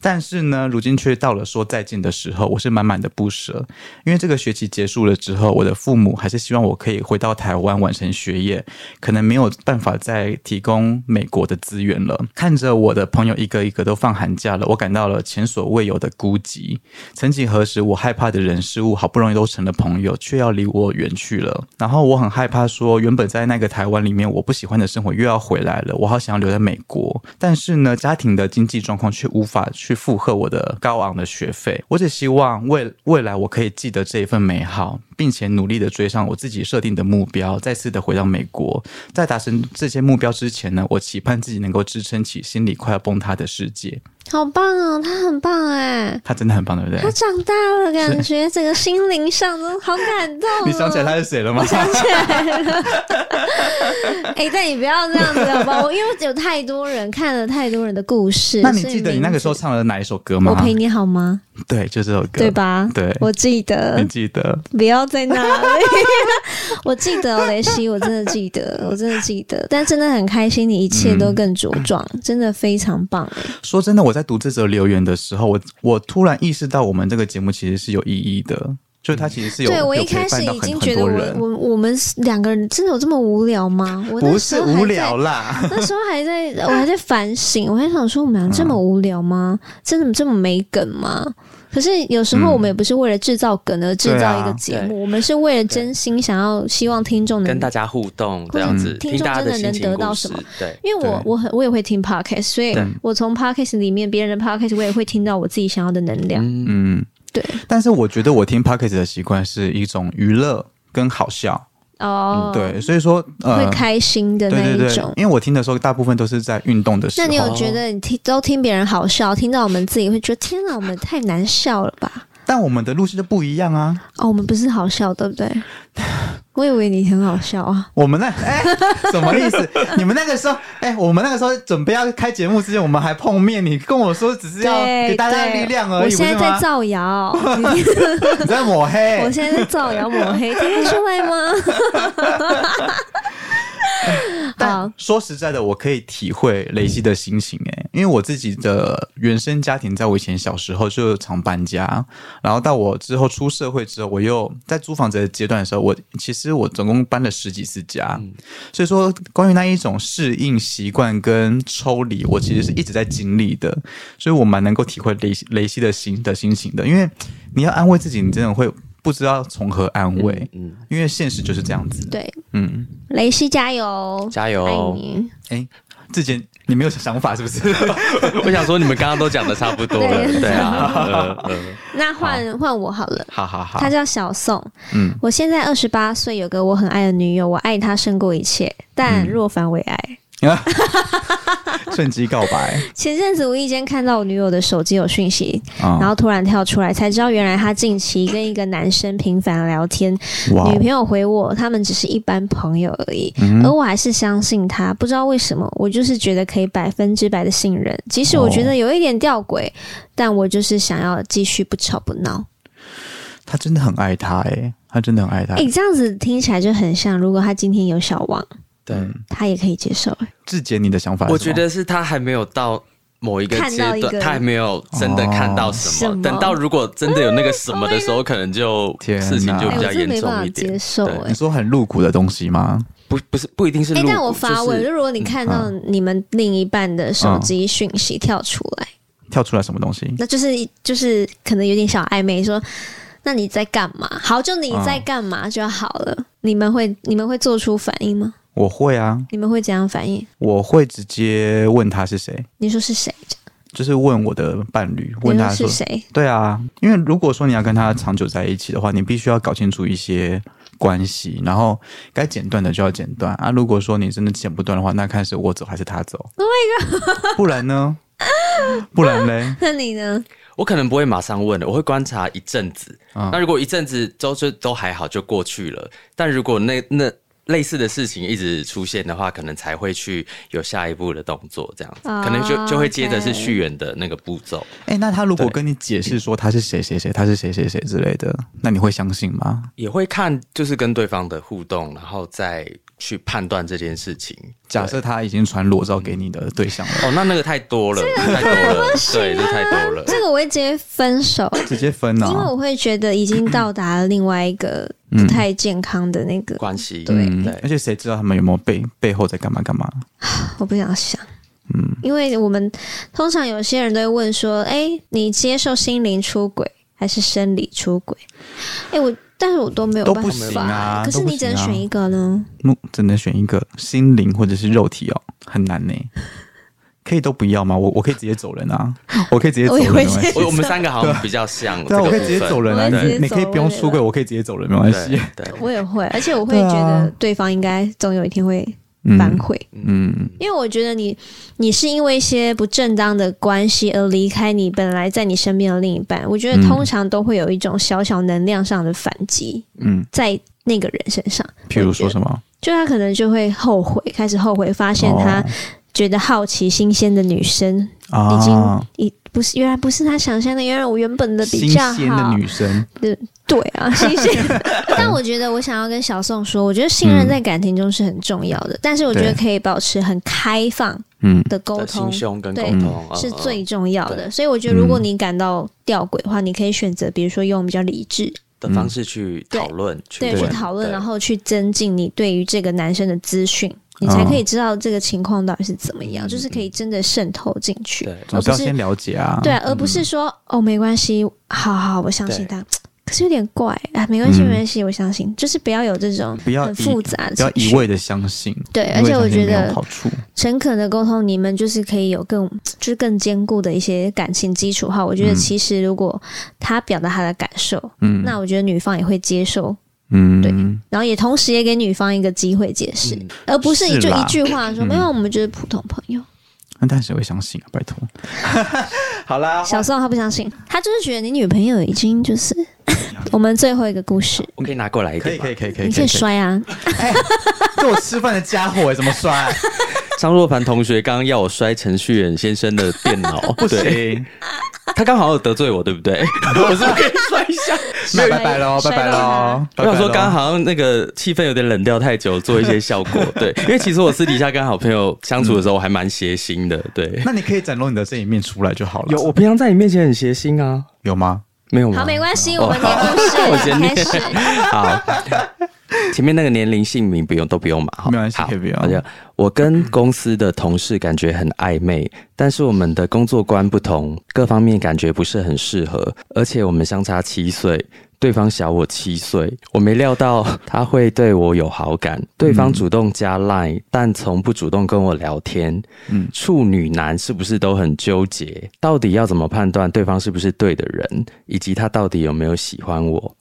S1: 但是呢，如今却到了说再见的时候，我是满满的不舍，因为这个学期结束了之后，我的父母还是希望我可以回到台湾完成学业，可能没有办法再提供美国的资源了。看着我的朋友一个一个都放寒假了，我感到了前所未有的孤寂。曾几何时，我害怕的人事物好不容易都成了朋友，却要离我远去了。然后我很害怕说，原本在那个台湾里面我不喜欢的生活又要回来了，我好想要留在美国。但是呢，家庭的经济状况却无法去负荷我的高昂的学费。我只希望未未来我可以记得这一份美好，并且努力的追上我自己设定的目标，再次的回到美国。在达成这些目标之前呢，我期盼自己能够支撑起心里快要崩塌的世界。
S3: 好棒哦，他很棒哎，
S1: 他真的很棒，对不对
S3: 他？长大了，感觉整个心灵上都好感动、哦。
S1: 你想起来他是谁了吗？
S3: 想起来了。 哎、但你不要这样子好不好？我因为有太多人看了太多人的故事。
S1: 那你
S3: 所以
S1: 记得你
S3: 名
S1: 那个
S3: 字
S1: 时候唱了哪一首歌吗？
S3: 我陪你好吗？
S1: 对，就这首歌，
S3: 对？吧？嗯
S1: 对
S3: 我记
S1: 你
S3: 得，
S1: 记得？
S3: 不要在那里。 我记得哦雷西，我真的记得，我真的记得。但真的很开心，你一切
S1: 嗯
S3: 都更茁壮，真的非常棒哎。
S1: 说真的，我在读这则留言的时候，我我突然意识到，我们这个节目其实是有意义的，就是它其实是有
S3: 对我
S1: 有
S3: 一开
S1: 陪
S3: 始
S1: 伴到
S3: 已
S1: 很很
S3: 经觉得
S1: 多
S3: 我
S1: 人，
S3: 我我们两个人真的有这么无聊吗？我那
S1: 不
S3: 时
S1: 是
S3: 候还
S1: 无
S3: 在
S1: 聊 啦。
S3: 那时候还在，我还在反省，我还想说我们俩这
S1: 嗯
S3: 么无聊吗？真的这么没梗吗？可是有时
S1: 嗯
S3: 候我们也不是为了制造梗而制造一
S1: 啊
S3: 个节目，
S2: 对
S3: 我们是为了真心想要希望听众能
S2: 跟大家互动这样子，
S3: 嗯听
S2: 听大家
S3: 众真的
S2: 心
S3: 能
S2: 情
S3: 得到
S2: 故
S3: 什
S2: 事
S3: 么。
S2: 对，
S3: 因为我
S1: 对
S3: 我很我也会听 podcast，所以
S1: 对
S3: 我从 podcast 里面别人的 podcast 我也会听到我自己想要的能量。
S2: 嗯，
S1: 嗯，
S3: 对。
S1: 但是我觉得我听 p o c k e t 的习惯是一种娱乐跟好笑，
S3: 哦，
S1: 嗯对，，所以说
S3: 会
S1: 呃，
S3: 开心的
S1: 对
S3: 那
S1: 对
S3: 一
S1: 对
S3: 种，。
S1: 因为我听的时候大部分都是在运动的时
S3: 那
S1: 候
S3: 你。有觉得你听都听别人好笑，听到我们自己会觉得天哪，我们太难笑了吧？
S1: 但我们的路线就不一样啊！
S3: 哦，我们不是好笑，对不 对？我以为你很好笑啊！
S1: 我们那哎、什么意思？ 你们那个时候哎、我们那个时候准备要开节目之前，我们还碰面，你跟我说只是要给
S3: 对
S1: 大家
S3: 对，
S1: 力量而已，
S3: 我现在
S1: 不是吗
S3: 在造谣，你
S1: 你在抹黑。
S3: 我现在在造谣抹黑，听得出来吗？好
S1: 但，说实在的，我可以体会雷西的心情哎、因为我自己的原生家庭，在我以前小时候就常搬家，然后到我之后出社会之后，我又在租房子的阶段的时候，我其实我总共搬了十几次家，
S2: 嗯
S1: 所以说关于那一种适应习惯跟抽离，我其实是一直在经历的，所以我蛮能够体会雷西雷西的心的心情的，因为你要安慰自己，你真的会不知道从何安慰，
S2: 嗯，
S1: 因为现实就是这样子，
S3: 对，
S1: 嗯。
S3: 雷西加油，
S2: 加油
S3: 爱你。
S1: 哎，志坚，你没有想法是不 是？
S2: 我想说你们刚刚都讲的差不多了，
S3: 对
S2: 对啊，呃 呃，
S3: 那换换我好了。
S1: 嗯好好好
S3: 他叫小宋，
S1: 嗯
S3: 我现在二十八岁，有个我很爱的女友，我爱她胜过一切，但若凡为爱。
S1: 趁啊机告白
S3: 前阵子无意间看到我女友的手机有讯息，
S1: 啊
S2: 嗯
S3: 然后突然跳出来，才知道原来她近期跟一个男生频繁聊天，
S2: 哦
S3: 女朋友回我，他们只是一般朋友而已，
S2: 嗯
S3: 而我还是相信他。不知道为什么，我就是觉得可以百分之百的信任，即使我觉得有一点吊诡，但我就是想要继续不吵不闹。
S2: 哦
S1: 他真的很爱他哎、他真的很爱他。
S3: 诶，哎这样子听起来就很像，如果他今天有小王，
S2: 对，
S3: 他也可以接受、诶
S1: 志杰，你的想法是什么？
S2: 嗯我觉得是他还没有到。某一个阶
S3: 看到一
S2: 段，
S3: 个
S2: 他还没有真的看到什
S3: 哦嗯
S2: 么。等到如果真的有那个什么的时候，可能就
S1: 天哪
S2: 事情就
S1: 哎
S2: 比
S3: 我
S2: 较
S3: 真的
S2: 严
S3: 没办
S2: 重
S3: 法
S2: 一
S3: 接
S2: 点。
S3: 受、
S2: 对
S3: 诶。
S1: 你说很露骨的东西吗？
S2: 不，不是不一定是嗯
S3: 哎、
S2: 路。
S3: 但我发问，
S2: 就
S3: 就是如果你看到你们另一半的手机讯息跳出来，
S1: 跳出来什么东西？
S3: 那就是一就是可能有点小暧昧，说那你在干嘛？好，就
S1: 啊
S3: 你在干嘛就好了。你们会你们会做出反应吗？
S1: 我会啊，
S3: 你们会怎样反应？
S1: 我会直接问他是谁，
S3: 你说是谁？
S1: 就是问我的伴侣，
S3: 你
S1: 问
S3: 说
S1: 他
S3: 是
S1: 说。
S3: 谁？
S1: 对啊，因为如果说你要跟他长久在一起的话，你必须要搞清楚一些关系，然后该剪断的就要剪断啊。如果说你真的剪不断的话，那看是我走还是他走。Oh my
S3: 啊
S1: god！不然 呢？不然嘞？
S3: 那你呢？
S2: 我可能不会马上问的，我会观察一阵子。
S1: 嗯
S2: 那如果一阵子都就都还好，就过去了。但如果那那类似的事情一直出现的话，可能才会去有下一步的动作，这样子，
S3: 啊
S2: 可能就就会接着
S3: OK
S2: 是续缘的那个步骤。
S1: 哎、那他如果
S2: 对
S1: 跟你解释说他是谁谁谁，他是谁谁谁之类的，那你会相信吗？
S2: 也会看就是跟对方的互动，然后再去判断这件事情。
S1: 假设他已经传裸照给你的对象了，
S2: 哦，那那个太多了，太多了，
S3: 啊
S2: 对，这太多了。
S3: 这个我会直接分手，
S1: 直接分
S3: 因为
S1: 啊
S3: 我！会觉得已经到达了另外一个不太健康的那个，
S2: 关系
S3: 对
S1: 嗯
S2: 对，
S1: 而且谁知道他们有没有背背后在干嘛干嘛？
S3: 我不想想。嗯，因为我们通常有些人都会问说：“哎、你接受心灵出轨还是生理出轨？”哎、我但是我都没有
S1: 都
S3: 办
S1: 不行
S3: 法、
S1: 啊
S3: 可是
S1: 都不
S3: 你只
S1: 行
S3: 能
S1: 啊
S3: 选一个呢？
S1: 嗯，只能选一个心灵或者是肉体哦，很难呢、可以都不要吗？我我可以直接走人啊！我可以直接走
S3: 我以
S1: 人，
S3: 为
S1: 没关系
S3: 是
S2: 我我们三个好像比较像
S1: 对
S2: 这个
S1: 啊，
S2: 部
S1: 我
S2: 分，
S1: 可以直接走人啊！
S3: 我会直
S1: 你
S3: 接
S1: 你可以
S3: 走啊
S1: 不用
S3: 我也
S1: 出轨，我可以直接走人，没关系
S2: 对。对，
S3: 我也会，而且我会
S1: 对
S3: 觉
S1: 啊
S3: 得对方应该总有一天会
S1: 嗯
S3: 反悔，
S1: 嗯，
S3: 因为我觉得你你是因为一些不正当的关系而离开你本来在你身边的另一半，我觉得通常都会有一种小小能量上的反击，
S1: 嗯，
S3: 在那个人身上，
S1: 譬如说什么？
S3: 就他可能就会后悔，开始后悔，发现
S1: 哦
S3: 他觉得好奇新鲜的女生
S1: 啊，
S3: 已经已不是原来不是他想象的，原来我原本的比
S1: 新
S3: 较好，
S1: 鲜的女生，
S3: 对 啊，新鲜。但我觉得我想要跟小宋说，我觉得信任在感情中是很重要的，但是我觉得
S1: 嗯对
S3: 可以保持很开放
S1: 嗯，
S3: 的沟
S2: 对
S3: 通
S2: 心。胸跟沟
S3: 对
S2: 通嗯
S3: 是
S2: 嗯
S3: 最重要
S2: 对
S3: 的，所以我觉得如果
S1: 嗯
S3: 你感到吊诡的话，你可以选择，比如说用比较理智
S2: 的方式去讨论，去
S3: 对去
S2: 问
S3: 讨论，
S2: 对
S3: 然后去增进你对于这个男生的资讯，你
S1: 嗯
S3: 才可以知道这个情况到底是怎么样，就是可以真的渗透进去，
S2: 对
S1: 总是要先了解啊。
S3: 对啊，而不是说、哦没关系，好好我相信他，可是有点怪啊，没关系
S1: 嗯
S3: 没关系，我相信，就是不要有这种
S1: 不要
S3: 很
S1: 以
S3: 复杂的
S1: 不要
S3: 情
S1: 一
S3: 绪。
S1: 味的相信，
S3: 对，
S1: 一
S3: 而
S1: 味
S3: 且
S1: 地
S3: 我
S1: 相信
S3: 觉
S1: 没有
S3: 得
S1: 好处，
S3: 诚恳的沟通，你们就是可以有更就是更坚固的一些感情基础哈。我觉得
S1: 嗯
S3: 其实如果他表达他的感受，
S1: 嗯，
S3: 那我觉得女方也会接受，
S1: 嗯，
S3: 对然后也同时也给女方一个机会解释，
S2: 嗯
S3: 而不是
S1: 是
S3: 就
S1: 啦
S3: 一句话说没有，我们就是普通朋友。
S1: 那但谁会相信啊？拜托， 好啦，
S3: 小宋他不相信，他就是觉得你女朋友已经就是我们最后一个故事，
S2: 我可以拿过来一
S1: 可以
S2: 点吗
S1: 可以可以可以，
S3: 你可以摔啊，
S1: 给我吃饭的家伙怎么摔？
S2: 张若凡同学刚刚要我摔程序员先生的电脑，
S1: 不
S2: 对，
S1: 行，
S2: 他刚好有得罪我，对不对？ 我是不是可以摔一下？
S1: 那
S3: 摔
S1: 拜拜喽，拜
S3: 摔
S1: 拜
S3: 到他
S1: 喽。
S2: 我
S1: 拜拜
S2: 想说，
S1: 咯
S2: 刚刚好像那个气氛有点冷掉太久，做一些效 果。对，因为其实我私底下跟好朋友相处的时候，我还蛮邪心的。对，
S1: 那你可以展露你的这一面出来就好了。
S2: 有我平常在你面前很邪心啊，
S1: 有吗？
S2: 没有吗？
S3: 好，没关系，
S2: 哦
S3: 我们念故事
S2: 我先
S3: 开
S2: 念
S3: 始。
S2: 好，前面那个年龄、姓名不用，都不用嘛。好
S1: 没关系
S2: 好
S1: 可以不用
S2: 好的，我跟公司的同事感觉很暧昧，但是我们的工作观不同，各方面感觉不是很适合，而且我们相差七岁。对方小我七岁，我没料到他会对我有好感。对方主动加 Line，但从不主动跟我聊天。
S1: 嗯
S2: 处女男是不是都很纠结？到底要怎么判断对方是不是对的人，以及他到底有没有喜欢我？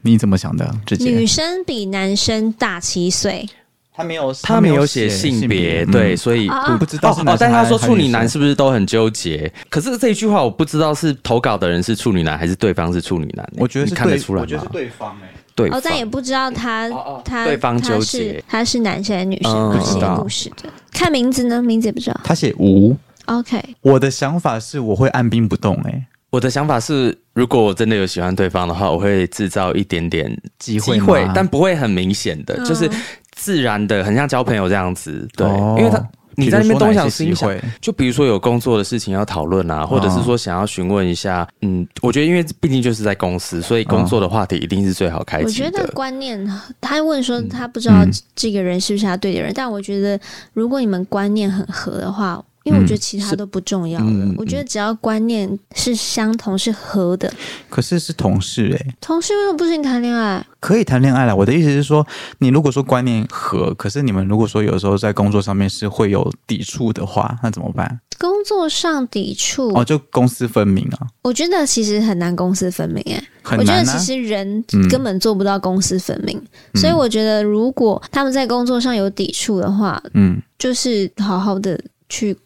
S1: 你怎么想的？直
S3: 女
S1: 接
S3: 生比男生大七岁，
S1: 他没有，
S2: 他没有写性别，对，，所以
S3: 啊
S1: 嗯不知道是
S2: 哦
S1: 男
S2: 哦，但
S1: 生
S2: 他
S1: 还
S2: 说处女男
S1: 还
S2: 是不是都很纠结？可是这一句话我不知道是投稿的人是处女男还是对方是处女男欸、
S1: 我觉得
S2: 你
S1: 是
S2: 看得
S1: 对，
S2: 出来
S1: 我觉得
S2: 吗
S1: 是？对方哎，
S2: 对
S3: 哦，
S2: 方，
S3: 但也不知道他
S2: 哦哦
S3: 他
S2: 对方
S3: 他
S2: 纠
S3: 是
S2: 结
S3: 他是男生还是女生
S2: 嗯
S3: 写
S1: 不知道
S3: 故事的，看名字呢，名字也不知道。
S1: 他写无。
S3: OK，
S1: 我的想法是我会按兵不动哎，
S2: 我的想法是，如果我真的有喜欢对方的话，我会制造一点点
S1: 机
S2: 机会，但不会很明显的，就是自然的，很像交朋友这样子。对，
S1: 哦
S2: 因为他你在那边东想西
S1: 比
S2: 想
S1: 如说哪些机会，
S2: 就比如说有工作的事情要讨论啊，或者是说想要询问一下，嗯，我觉得因为毕竟就是在公司，所以工作的话题一定是最好开
S3: 我
S2: 启
S3: 觉得
S2: 的。
S3: 观念，他问
S1: 嗯
S3: 说他不知道这个人是不是他对的人，但我觉得如果你们观念很合的话。因为我觉得其他都不重要了，
S1: 嗯嗯嗯
S3: 我觉得只要观念是相同是合的，
S1: 可是是同事哎，
S3: 同事为什么不行谈恋爱？
S1: 可以谈恋爱了。我的意思是说，你如果说观念合，可是你们如果说有时候在工作上面是会有抵触的话，那怎么办？
S3: 工作上抵触，
S1: 哦，就公私分明啊，
S3: 我觉得其实很难公私分明哎、
S1: 很
S3: 我觉得
S1: 难
S3: 其
S1: 啊。
S3: 实人
S1: 嗯
S3: 根本做不到公私分明，所以我觉得如果他们在工作上有抵触的话，
S1: 嗯，
S3: 就是好好的去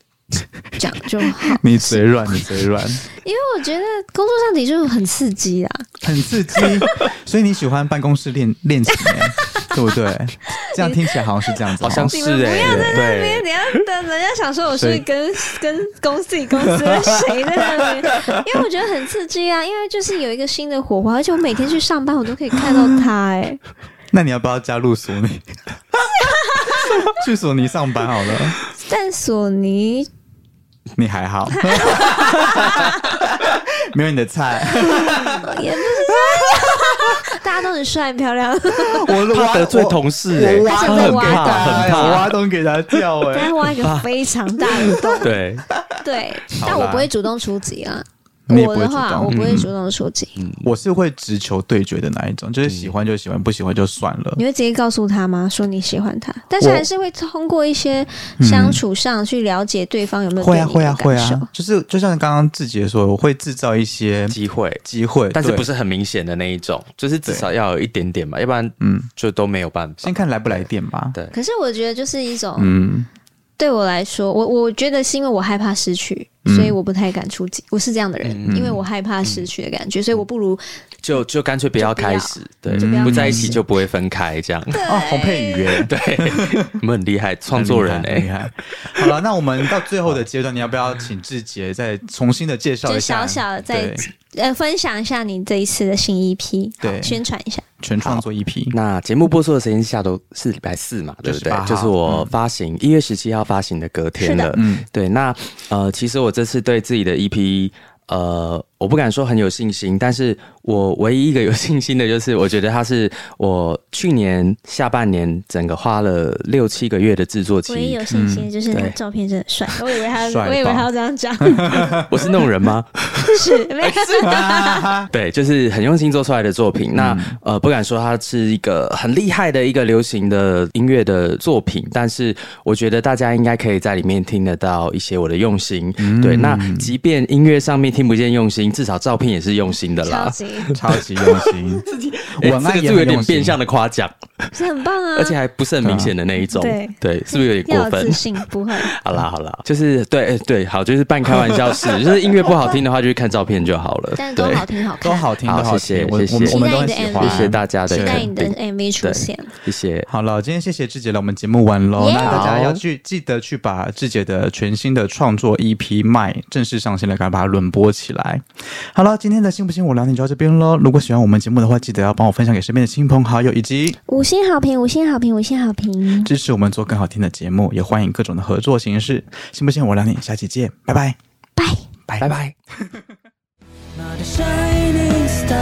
S3: 讲就好。
S1: 你嘴软，你嘴 软，
S3: 因为我觉得工作上抵触很刺激啊，
S1: 很刺激。所以你喜欢办公室恋恋情、欸，对不对？这样听起来好像是这样子，
S2: 好像
S1: 是
S2: 是
S3: 你们不
S2: 哎、
S3: 要在那
S2: 对
S3: 边，。等一下等人家想说我是跟跟公司里公司的谁在那边， 因为我觉得很刺激啊，因为就是有一个新的火花，而且我每天去上班，我都可以看到他、哎，
S1: 那你要不要加入索 尼？去索尼上班好了，
S3: 但索尼
S1: 你还 好，没有你的菜。
S3: 也不是 说大家都很帅很漂亮，
S1: 我
S2: 怕得罪同事哎、
S1: 我挖
S2: 他
S3: 他嗯
S2: 很
S3: 挖
S2: 怕，
S3: 洞
S2: 很
S1: 我
S2: 怕。
S1: 挖洞给他跳哎、
S3: 但挖一个非常大的洞。
S2: 对，
S3: 对，
S1: 好啦
S3: 但我不会主动出击啊。
S1: 你也
S3: 我
S1: 不会
S3: 的
S1: 主
S3: 话，
S1: 动嗯
S3: 我不会主动出击，
S1: 我是会直球对决的那一种，就是喜欢就喜欢，不喜欢就算了
S3: 你。会直接告诉他吗？说你喜欢他，但是还是会通过一些相处上去了解对方有没
S1: 嗯
S3: 有
S1: 会
S3: 对
S1: 啊
S3: 你
S1: 会
S3: 有
S1: 啊会
S3: 感受
S1: 啊。，就是就像刚刚志杰说，我会制造一些
S2: 机会，
S1: 机会，
S2: 但是
S1: 对
S2: 不是很明显的那一种，就是至少要有一点点吧，要不然
S1: 嗯，
S2: 就都没有办法
S1: 先。看来不来电吧。
S2: 对
S3: 可是我觉得就是一种，
S1: 嗯，
S3: 对我来说，我我觉得是因为我害怕失去，所
S1: 嗯
S3: 以我不太敢出击。我是这样的人，因为我害怕失去的感觉，所以我不如
S2: 就就干脆不要开始，对
S3: 嗯就不要，
S2: 不在一起就不会分开，这样。
S1: 哦，洪佩瑜耶，
S2: 对， 我们很厉害，创作人
S1: 很厉
S2: 哎，
S1: 害。很厉害好了，那我们到最后的阶段，你要不要请志杰再重新的介绍
S3: 就
S1: 一下？
S3: 小小的再
S1: 对
S3: 呃分享一下你这一次的新 EP，好
S1: 对
S3: 宣传一下。
S1: 全创作一 批。
S2: 那节目播出的时间下周是礼拜四嘛，对不对
S1: 18？号
S2: 就是我发行一月十七号发行的隔天
S3: 是
S2: 了
S3: 的。
S1: 嗯
S2: 对，那呃，其实我这次对自己的 EP，呃，我不敢说很有信心，但是我唯一一个有信心的就是，我觉得它是我去年下半年整个花了六七个月的制作期。
S3: 我也有信心，就是他
S2: 对
S3: 照片真的帅。我以为他，
S1: 嗯 帅爆
S3: 我以为他要这 样讲，
S2: 我是那种人吗？
S3: 是没
S1: 哎
S3: 有。
S2: 对，就是很用心做出来的作品。那
S1: 嗯
S2: 呃，不敢说它是一个很厉害的一个流行的音乐的作品，但是我觉得大家应该可以在里面听得到一些我的用心。对，那
S1: 嗯
S2: 即便音乐上面听不见用心，至少照片也是用心的
S3: 超
S2: 啦。
S3: 级，
S1: 超级用 心，
S2: 诶
S1: 文案
S2: 哎这
S1: 也
S2: 个是有
S1: 很
S2: 点
S1: 用
S2: 变
S1: 心。
S2: 相的夸奖，
S3: 是很棒啊！
S2: 而且还不是很明显的那一种。
S3: 对
S2: 对，是不是有点过
S3: 要有
S2: 分
S3: 自？信，不会。
S2: 好啦好啦，就是对诶对，好，就是半开玩笑是，就是音乐不好听的话，就去看照片就好 了。
S3: 但是都
S2: 对，
S3: 好听，好看。
S1: 都好听，
S2: 好
S1: 都好
S2: 谢谢
S1: 听，我
S2: 谢谢
S1: 我们我们都很
S3: 期待
S1: 喜
S3: 你的
S1: 欢，
S3: MV
S2: 谢谢大家的
S3: 期待你
S2: 肯
S3: 的
S2: 定，
S3: MV 出现，
S2: 谢谢。
S1: 好了，今天谢谢志杰来我们节目玩喽。
S3: Yeah
S1: 那大家要去记得去把志杰的全新的创作 EP 麦正式上线了，赶快把它轮播起来。好了，今天的信不信我聊天就到这边喽。如果喜欢我们节目的话，记得要帮我分享给身边的亲朋好友，以及
S3: 五星好评，五星好评，五星好评，
S1: 支持我们做更好听的节目。也欢迎各种的合作形式。信不信我聊天，下期见，拜拜。
S3: 拜。
S1: 拜
S2: 拜拜。
S5: Not a shining star，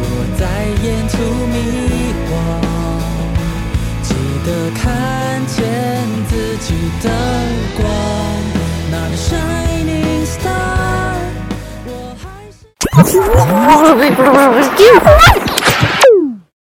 S5: 若在沿途迷惘，记得看见自己的光。Not a shining star，我还是。
S4: Excuse me.